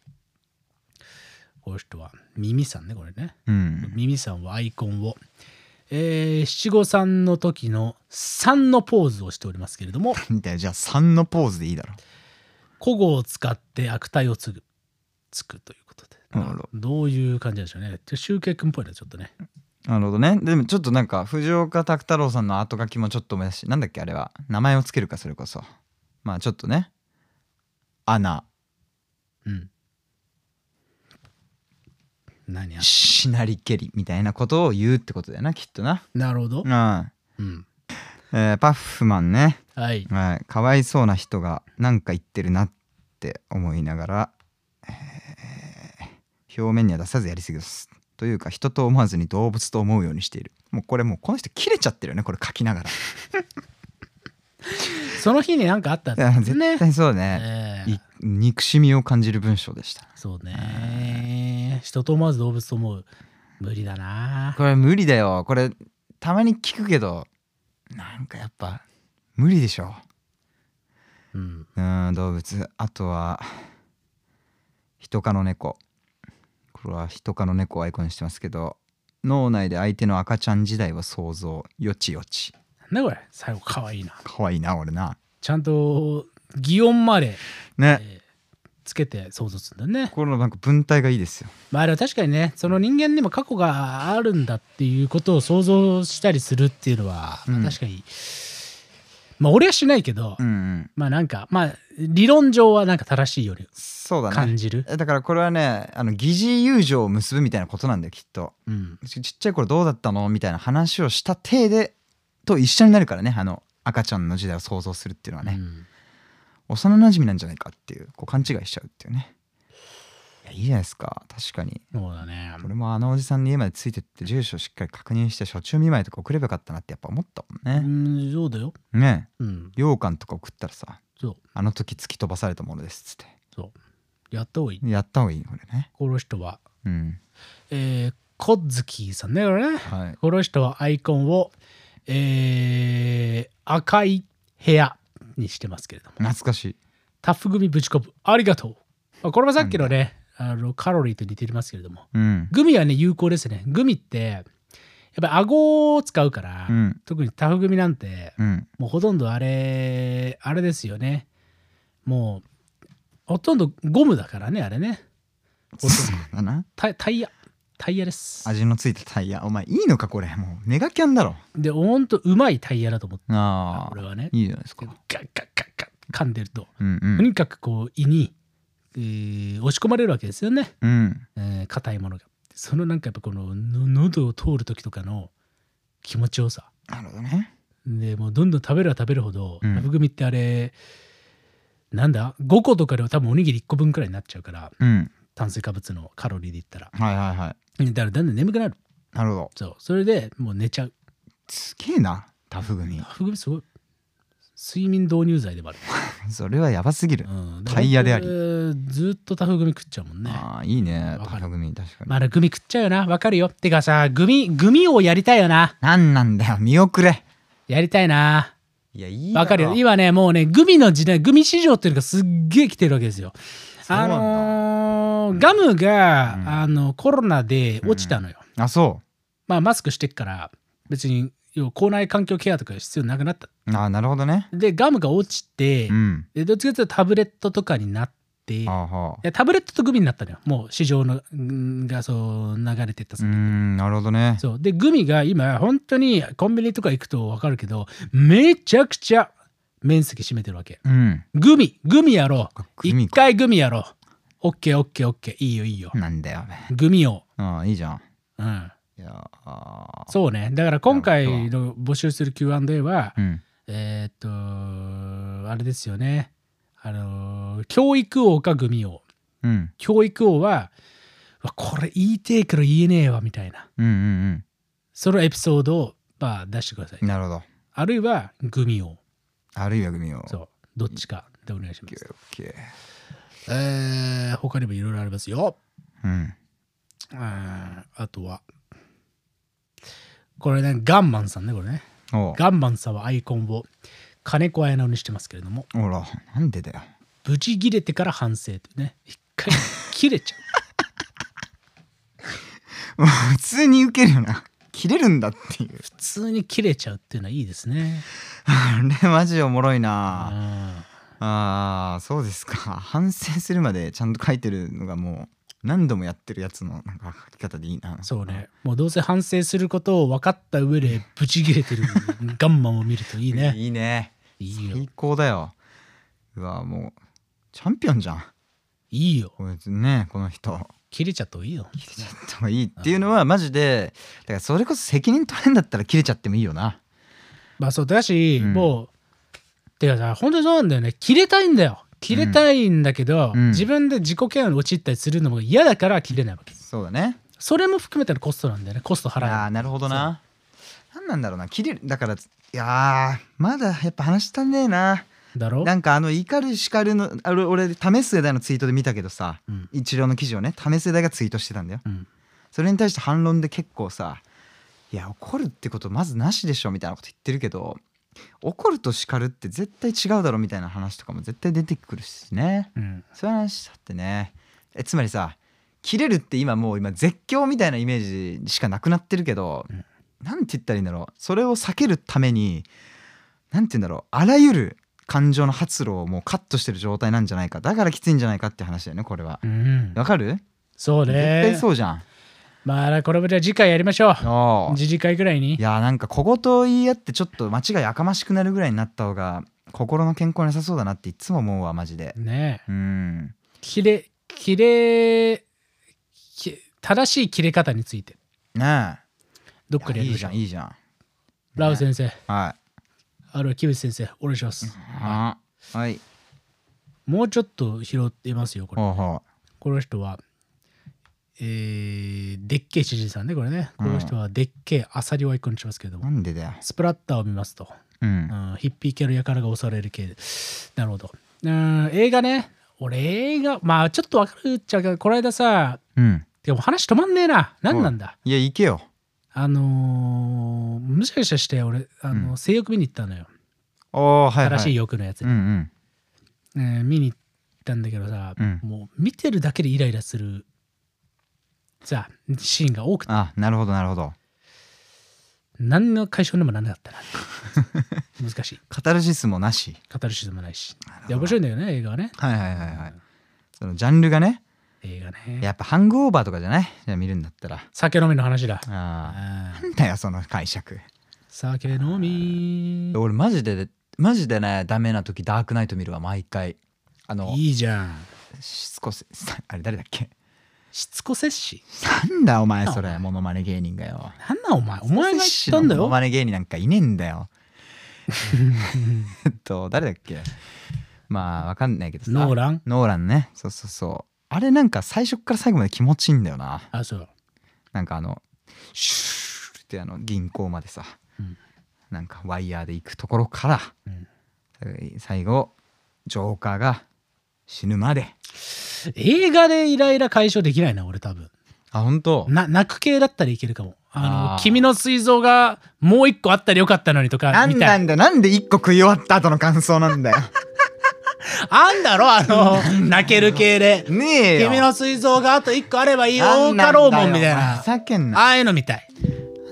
A: この人は耳さんねこれね
B: うん
A: ミミさんはアイコンを、えー七五三の時の3のポーズをしておりますけれ ども
B: みたいなじゃあ三のポーズでいいだろ
A: 古語を使って悪態をつぐつくということで、
B: なるほど
A: どういう感じなんでしょうねちょ集計君っぽいなちょっとね
B: なるほどねでもちょっとなんか藤岡拓太郎さんの後書きもちょっと思い出しなんだっけあれは名前をつけるかそれこそまあちょっとねアナ
A: うん何や
B: しなりけりみたいなことを言うってことだよなきっとな
A: なるほど
B: う、ん、
A: うん、
B: えーパッフマンね、
A: はい
B: はい、かわいそうな人がなんか言ってるなって思いながら、えー表面には出さずやりすぎですというか人と思わずに動物と思うようにしているもうこれもうこの人切れちゃってるよねこれ書きながら
A: その日に何かあったん
B: いや
A: です
B: 絶
A: ね
B: 対そうね
A: ええ
B: い憎しみを感じる文章でした
A: そうね人と思わず動物と思う無理だな
B: これ無理だよこれたまに聞くけどなんかやっぱ無理でしょ
A: うん
B: うーん動物あとは人科の猫これは人科の猫をアイコンにしてますけど脳内で相手の赤ちゃん時代を想像よちよち
A: なんだこれ最後かわいいな
B: かわいいな俺な
A: ちゃんと擬音まで
B: ね
A: つけて想像するんだね。
B: このなんか文体がいいですよ
A: まあでも確かにね、その人間にも過去があるんだっていうことを想像したりするっていうのは、
B: うん
A: 確かに、まあ俺はしないけど、
B: うん、うん、
A: まあなんか、まあ理論上はなんか正しいより
B: そうだね
A: 感じる。
B: だからこれはねあの疑似友情を結ぶみたいなことなんだよきっと
A: うん。
B: ちちっちゃい頃どうだったのみたいな話をした体でと一緒になるからねあの赤ちゃんの時代を想像するっていうのはね、
A: うん
B: 幼なじみなんじゃないかっていうこう勘違いしちゃうっていうねいやいいじゃないですか確かに
A: そうだね。
B: 俺もあのおじさんに家までついてって住所しっかり確認して初中見舞いとか送ればよかったなってやっぱ思ったも
A: うん
B: ね、
A: ん、そうだよ。
B: ね
A: うん。
B: え羊羹とか送ったらさ
A: そう。
B: あの時突き飛ばされたものですっつっ
A: やった方がいい。
B: てやった方がいいこれね
A: この人は、
B: うん
A: えー、コッズキーさんね、これね。
B: はい
A: この人はアイコンを、えー赤い部屋にしてますけれども、
B: 懐かしい
A: タフ組ぶち込む、ありがとう。まあこれはさっきのね、あのカロリーと似てますけれども、
B: うん
A: グミはね、有効ですね。グミって、やっぱり顎を使うから、
B: うん
A: 特にタフ組なんて、
B: うん
A: もうほとんどあれ、あれですよね。もう、ほとんどゴムだからね、あれね。ほとんど
B: そうだな
A: タイタイヤ。タイヤです
B: 味のついたタイヤお前いいのかこれもうネガキャンだろ
A: でほんとうまいタイヤだと思って
B: あ
A: 俺
B: あ
A: はね
B: いいじゃないですか
A: ガッガッガッガッ噛んでると
B: うんう
A: と
B: ん
A: にかくこう胃に、えー押し込まれるわけですよね
B: うん
A: えー硬いものがそのなんかやっぱこのの喉を通る時とかの気持ちよさ
B: なるほどね
A: でもうどんどん食べれば食べるほど
B: うん
A: 食組ってあれ、なんだ5個とかでは多分おにぎり1個分くらいになっちゃうから
B: うん
A: 炭水化物のカロリーで言ったら
B: はいはいは
A: だからだんだん眠くなる
B: いなるほど
A: そうそれでもう寝ちゃう
B: すげえなタフ組
A: 食組すごい睡眠導入剤でもある、
B: それはやばすぎる
A: うん
B: タイヤであり
A: えーずっとタフ組食っちゃうもんね
B: ああいいね
A: わかる
B: タフ組確かに
A: まだグミ食っちゃうよなわかるよてかさグミグミをやりたいよな
B: なんなんだよ見送れ
A: やりたいない
B: やいいだろ
A: わかるよ今ねもうねグミの時代グミ市場っていうのがすっげえ来てるわけですよ
B: そうな
A: あ
B: んだ
A: のーガムが、
B: うん
A: あのコロナで落ちたのよ、
B: あそ
A: まあマスクしてっから別に要は口内環境ケアとか必要なくなった
B: うああなるほどね
A: でガムが落ちて、
B: うん
A: でどっちかというとタブレットとかになってい
B: ああはあ
A: やタブレットとグミになったのよもう市場のんがそう流れてった
B: うー
A: 先
B: んなるほどね
A: そうでグミが今本当にコンビニとか行くと分かるけどめちゃくちゃ面積占めてるわけ
B: うん
A: グミグミやろう
B: グミ
A: 一
B: か
A: 回グミやろうオッケーオッケーオッケーいいよいいよ
B: なんだよ
A: グミを
B: ああいいじゃん
A: うん
B: いやあー
A: そうねだから今回の募集する Q&A は
B: うん
A: えーっとあれですよねあのー教育王かグミ王
B: うん
A: 教育王はうわこれ言いてえけど言えねえわみたいな
B: うんうん
A: そのエピソードをまあ出してください
B: うんなるほど
A: あるいはグミ王
B: あるいは組を
A: そうどっちかでお願いし
B: オッ
A: ま
B: ケ
A: す
B: ーオッケ
A: えー、他にもいろいろありますよ
B: ーうん
A: うんあとはこれねガンマンさんねこれね
B: おう
A: ガンマンさんはアイコンを金子綾乃にしてますけれども
B: ほらなんでだよ
A: 無事切れてから反省というね一回切れちゃ
B: もう普通に受けるよな切れるんだっていう
A: う普通に切れちゃうっていうのはいいですね
B: あれマジおもろいな
A: あ
B: あーそうですか反省するまでちゃんと書いてるのがもう何度もやってるやつのなんか書き方でいいな
A: そうねもうどうせ反省することを分かった上でブチ切れ てるガンマンを見るといいね
B: いいね
A: いいよ
B: 最高だようわもうチャンピオンじゃん
A: いいよ
B: こいつねこの人
A: 切れちゃった方がいいよ
B: 切れちゃってもいいっていうのはマジでだからそれこそ責任取れんだったら切れちゃってもいいよな
A: まあそうだし、
B: うん
A: もうてかさ本当にそうなんだよね切れたいんだよ切れたいんだけど、
B: うん
A: 自分で自己嫌悪に陥ったりするのも嫌だから切れないわけ
B: そうだね
A: それも含めてのコストなんだよねコスト払う
B: あーなるほどな何なんだろうな切れるだからいやーまだやっぱ話したんねえな
A: だろ
B: なんかあの怒る叱るのあれ俺試す世代のツイートで見たけどさ、
A: うん
B: 一郎の記事をね試す世代がツイートしてたんだよ
A: うん
B: それに対して反論で結構さ「いや怒るってことまずなしでしょ」みたいなこと言ってるけど怒ると叱るって絶対違うだろみたいな話とかも絶対出てくるしね
A: うん
B: そういう話だってねえつまりさ切れるって今もう今絶叫みたいなイメージしかなくなってるけど、
A: うん
B: なんて言ったらいいんだろうそれを避けるためになんて言うんだろうあらゆる感情の発露をもうカットしてる状態なんじゃないかだからきついんじゃないかって話だよねこれは
A: うん
B: わかる
A: そう
B: 絶対
A: ね
B: そうじゃん
A: まあこれもじゃあ次回やりましょう
B: おう
A: 次々回ぐらいに
B: いやなんか小言を言い合ってちょっと間違いやかましくなるぐらいになった方が心の健康に良さそうだなっていつも思うわマジで
A: ねえ
B: うん
A: 切れ切れき正しい切れ方について
B: ね
A: どっか
B: え
A: でや
B: いや
A: り
B: いい
A: まし
B: じ
A: ょ
B: ゃ
A: うん
B: いいじゃん
A: ラウ先生
B: はい
A: あるいは木内先生お願いします
B: あはい。
A: もうちょっと拾ってますよこれ
B: ほうほ
A: この人は、えー、でっけえ知事さんね、これね。この人はでっけえアサリをアイコンにしますけれど
B: う。
A: も、
B: なんでだよ。
A: スプラッターを見ますと、
B: うん
A: う。ん、ヒッピー系の輩が襲われる系。なるほど。うん、映画ね。俺映画、まあちょっとわかるっちゃうけど、この間さ、
B: うん。
A: でもう話止まんねえな。何なんだ
B: いや、行けよ。
A: あのー、むしゃむしゃして俺、あの
B: うん
A: 性欲見に行ったのよ。
B: おー、はい、はい。
A: 正しい欲のやつ
B: うんうん。
A: えー見に行ったんだけどさ、
B: うん
A: もう見てるだけでイライラするさシーンが多くて
B: あ、なるほど、なるほど。
A: 何の解消にもならなかったな 難しい
B: カタルシスもなし。
A: 語るシスもないし
B: ほど
A: で面白いんだよね映画はね
B: はいはいはいはい。そのジャンルがね、
A: 映画ね
B: やっぱハングオーバーとかじゃないじゃあ見るんだったら
A: 酒飲みの話だ
B: あ
A: あ
B: ー
A: ー
B: なんだよその解釈
A: 酒飲み
B: 俺マジでマジでねダメな時ダークナイト見るわ毎回あの
A: いいじゃん
B: しつこせあれ誰だっけ
A: しつこ摂氏
B: なんだお前
A: な
B: そ
A: んだお
B: れ
A: 前
B: モノマネ芸人がよ
A: なんなんお前お前が言ったんだ
B: モノ
A: よ
B: マネ芸人なんかいねえんだよえっと誰だっけまあわかんないけどさ
A: ノーラン
B: ノーランねそうそうそうあれなんか最初から最後まで気持ちいいんだよな
A: あそう
B: なんかあのシューってあの銀行までさ、
A: うん
B: なんかワイヤーで行くところから、最後ジョーカーが死ぬまで
A: 映画でイライラ解消できないな俺多分
B: あ本当
A: な泣く系だったらいけるかもあの
B: あー
A: 君の膵臓がもう一個あったらよかったのにとか
B: な
A: み
B: ん
A: た
B: ないんだよなんで一個食い終わった後の感想なん だよ
A: あんだろあの 泣ける系で
B: ねえよ
A: 君の膵臓があと一個あればいいよ
B: なんな
A: か
B: んだよ
A: ろうもんみたいな
B: ふざけんな
A: ああいうのみたい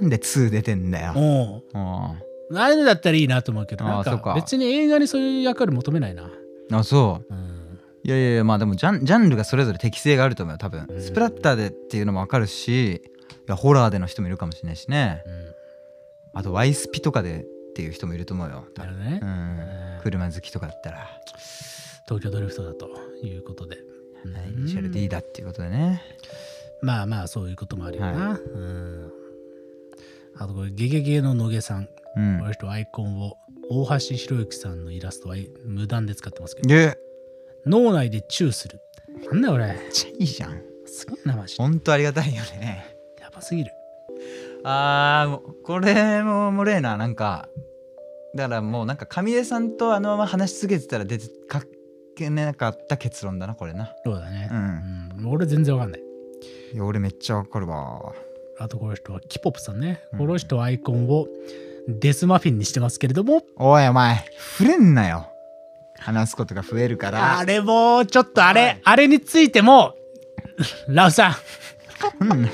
B: なんで2出てんだよ
A: おう
B: あ
A: ああいうのだったらいいなと思うけど
B: あー
A: なん
B: そ
A: か
B: うか
A: 別に映画にそういう役割求めないな、
B: あそう
A: うん、
B: いやいやいやまあでもジャンジャンルがそれぞれ適性があると思うよ多分
A: うん
B: スプラッターでっていうのも分かるしいやホラーでの人もいるかもしれないしね
A: うん
B: あとワイスピとかでっていう人もいると思うよ多
A: な
B: 分
A: るほどね
B: う、
A: うん
B: ん、車好きとかだったら、
A: 東京ドリフトだということで、うん
B: イニシャル D だっていうことでね
A: まあまあそういうこともあるよな、
B: は
A: うんあとこれゲゲゲの野毛さん
B: うん
A: この人アイコンを大橋博之さんのイラストは無断で使ってますけど
B: で
A: 脳内でチューするなんだよ俺
B: めっちゃいいじゃん
A: すげえなマジで
B: ほんとありがたいよね
A: やばすぎる
B: あーもうこれももれえななんかだからもうなんか神江さんとあのまま話し続けてたら出てかけなかった結論だなこれな
A: そうだね
B: う、ん
A: うん俺全然わかんない
B: いや俺めっちゃわかるわ
A: あとこの人はキポプさんね
B: うん
A: この人はアイコンをデスマフィンにしてますけれども、
B: おいお前触れんなよ話すことが増えるから
A: あれもうちょっとあれ、
B: はい
A: あれについても ラウさん
B: うん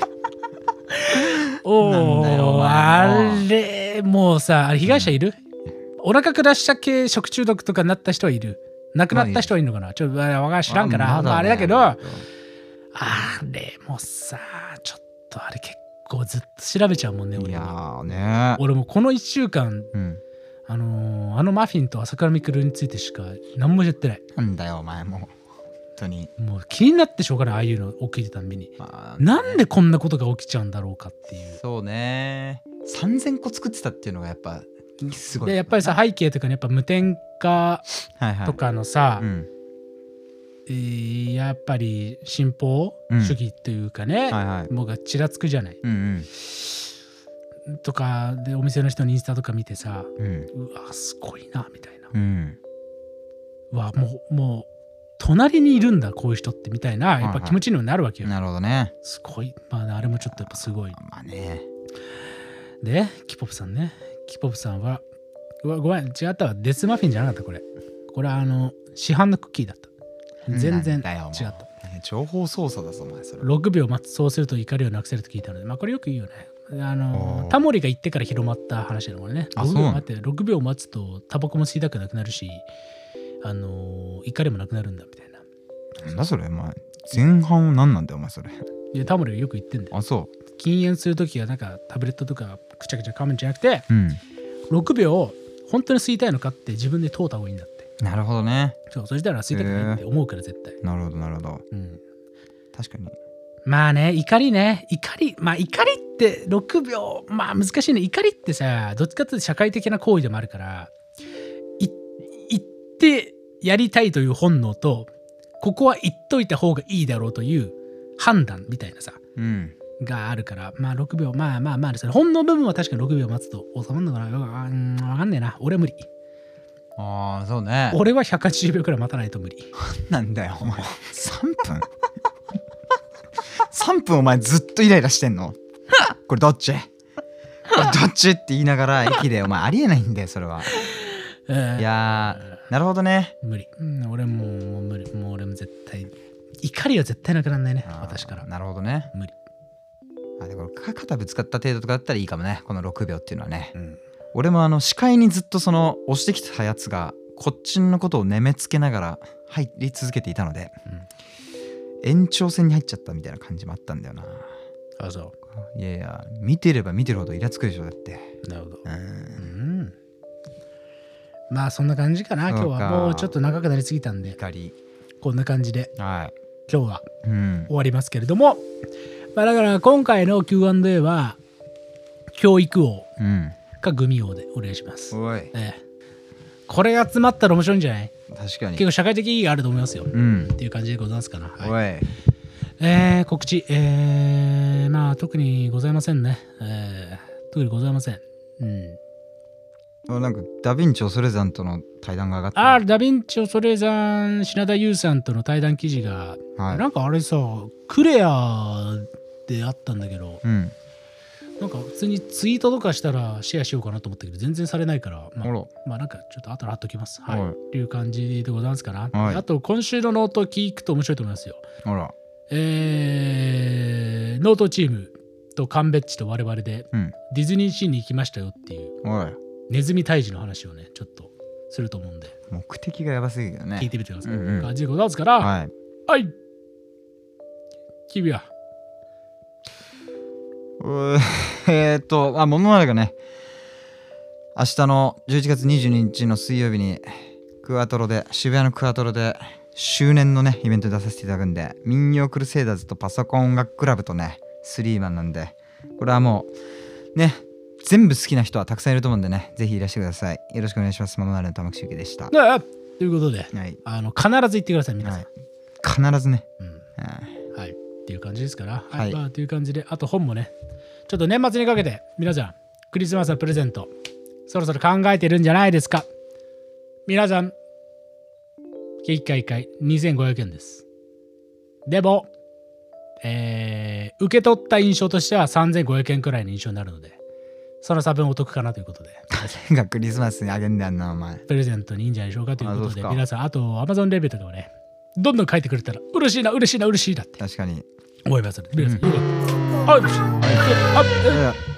A: お
B: なんだよお
A: お
B: 前
A: あれもうさあれ被害者いる、お腹下した系食中毒とかになった人はいる亡くなった人はいるのかなちょっとあわが知らんから
B: ま
A: あ,、
B: だね
A: まあ、あれだけどあれもさちょっとあれ結構ずっと調べちゃうもんね
B: い
A: 俺
B: や
A: も
B: ーね
A: 俺もこの1週間
B: うん
A: あのーあのマフィンと朝倉未来についてしか何も言ってない
B: なんだよお前もう本当に
A: もう気になってしょうがないああいうの起きてたんびに
B: まあ
A: なんでこんなことが起きちゃうんだろうかっていう
B: そうね3000個作ってたっていうのがやっぱすごい
A: でやっぱりさ背景とかねやっぱ無添加
B: はいはい
A: とかのさ、
B: うん
A: えーやっぱり進歩
B: うん
A: 主義というかね、
B: はいはい
A: もうがちらつくじゃない。
B: うん
A: とかでお店の人のインスタとか見てさ
B: うんうん
A: うわすごいなみたいな。
B: うん
A: うわもうもう隣にいるんだこういう人ってみたいなやっ
B: はいは
A: ぱ
B: い
A: 気持ちにもなるわけよ。
B: なるほどね
A: すごい、まあ、あれもちょっとやっぱすごい。
B: まあね
A: でキポプさんねキポプさんはうわごめん違ったわデスマフィンじゃなかったこれ。これはあの市販のクッキーだった。全然違
B: なんだよもう
A: った。
B: 情報操作だぞお前それ
A: 6秒待つそうすると怒りをなくせると聞いたので、まあ、これよく言うよね。あの
B: おー
A: タモリが言ってから広まった話だもんね。
B: あ
A: 6
B: そうな
A: 秒
B: の
A: 待って6秒待つとタバコも吸いたくなくなるし、あの怒りもなくなるんだみたいな。
B: なんだそれお前前半は何なんだよお前それ
A: いやタモリがよく言ってんだよ。
B: あそ
A: 禁煙するときはなんかタブレットとかくちゃくちゃ噛むんじゃなくて、
B: ううん
A: 6秒本当に吸いたいのかって自分で通った方がいいんだって。
B: なるほどね
A: そうそしたら吸いたくないって思うから絶対。
B: なるほどなるほど
A: うん
B: 確かに
A: まあね怒りね怒りまあ怒りって6秒まあ難しいね怒りってさどっちかっていうと社会的な行為でもあるからい言ってやりたいという本能とここは言っといた方がいいだろうという判断みたいなさ
B: うん
A: があるからまあ6秒まあまあまあそれ本能部分は確かに6秒待つと収まるのかなうわうんわかんねえな俺は無理
B: ああそうね
A: 俺は180秒くらい待たないと無理
B: なんだよお前3分 3分お前ずっとイライラしてん のこれどっ ちこれどっちって言いながら駅でお前ありえないんだよそれは
A: うん
B: いやーなるほどね
A: 無理、うん、俺もうもう無理もう俺も絶対怒りは絶対なくならないね私から
B: あーなるほどね
A: 無理、
B: あでこれか肩ぶつかった程度とかだったらいいかもねこの6秒っていうのはね
A: うん、
B: 俺もあの視界にずっとその押してきたやつがこっちのことをねめつけながら入り続けていたので、延長戦に入っちゃったみたいな感じもあったんだよな
A: あそ
B: いやいや見てれば見てるほどイラつくでしょだって
A: うなるほど
B: うん
A: うんまあそんな感じかな
B: そう
A: 今
B: か
A: 日はもうちょっと長くなりすぎたんで
B: 怒り
A: こんな感じで
B: は
A: 今日はい
B: うん
A: 終わりますけれども、まあ、だから今回の Q&A は教育王
B: うん
A: かグミ王でお願いします、
B: おい
A: ええこれが詰まったら面白いんじゃない
B: 確か
A: 結
B: に
A: 構社会的意義があると思いますよ、
B: うん
A: っていう感じでございますかな、はい
B: おい
A: えー告知、えーまあ特にございませんね、えー特にございません、うん、
B: あなんかダヴィンチ・オソレザンとの対談が上がった
A: あーダヴィンチ・オソレーザン品田優さんとの対談記事が、
B: はい
A: なんかあれさクレアであったんだけど
B: うん
A: なんか普通にツイートとかしたらシェアしようかなと思ったけど全然されないから、ま
B: ほ
A: あ、
B: ら
A: まあなんかちょっと後で貼っときますはい、
B: はい
A: っていう感じでございますかな、
B: はい
A: あと今週のノート聞くと面白いと思いますよ
B: ほら
A: えーノートチームとカンベッチと我々で
B: うん
A: ディズニーシーに行きましたよっていう
B: ほら
A: ネズミ退治の話をねちょっとすると思うんで
B: 目的がやばすぎるよ
A: 聞い
B: ね
A: てみてください、
B: うんうん
A: 感じでございますからはい、
B: はい
A: 君は
B: うーえーっと、あ、物の中ね、明日の11月22日の水曜日に、クアトロで、渋谷のクアトロで、周年のね、イベントに出させていただくんで、民謡クルセイダーズとパソコン音楽クラブとね、スリーマンなんで、これはもう、ね、全部好きな人はたくさんいると思うんでね、ぜひいらしてください。よろしくお願いします。ママナルの玉木周家でした。は
A: ああということで
B: い。はい。
A: あの必ず行ってください皆さん、
B: 必ずね。
A: うん
B: うん
A: はい、っていう感じですから、はい
B: はい
A: まあ、という感じで、あと本もね、ちょっと年末にかけて、皆さん、クリスマスのプレゼント、そろそろ考えてるんじゃないですか。皆さん、1回1回2500円です。でも、えー受け取った印象としては3500円くらいの印象になるので、その差分お得かなということで、
B: がクリスマスにあげんだよな、お前。
A: プレゼントにいいんじゃないでしょうかというこ
B: あそう
A: と
B: っす
A: で、
B: か
A: 皆さん、あと Amazon レビューとかもね、どんどん書いてくれたら、嬉しいな、嬉しいな、嬉しいなって。
B: 確かに。
A: 思いますので、皆さん、よかった。あよしあえ
B: うん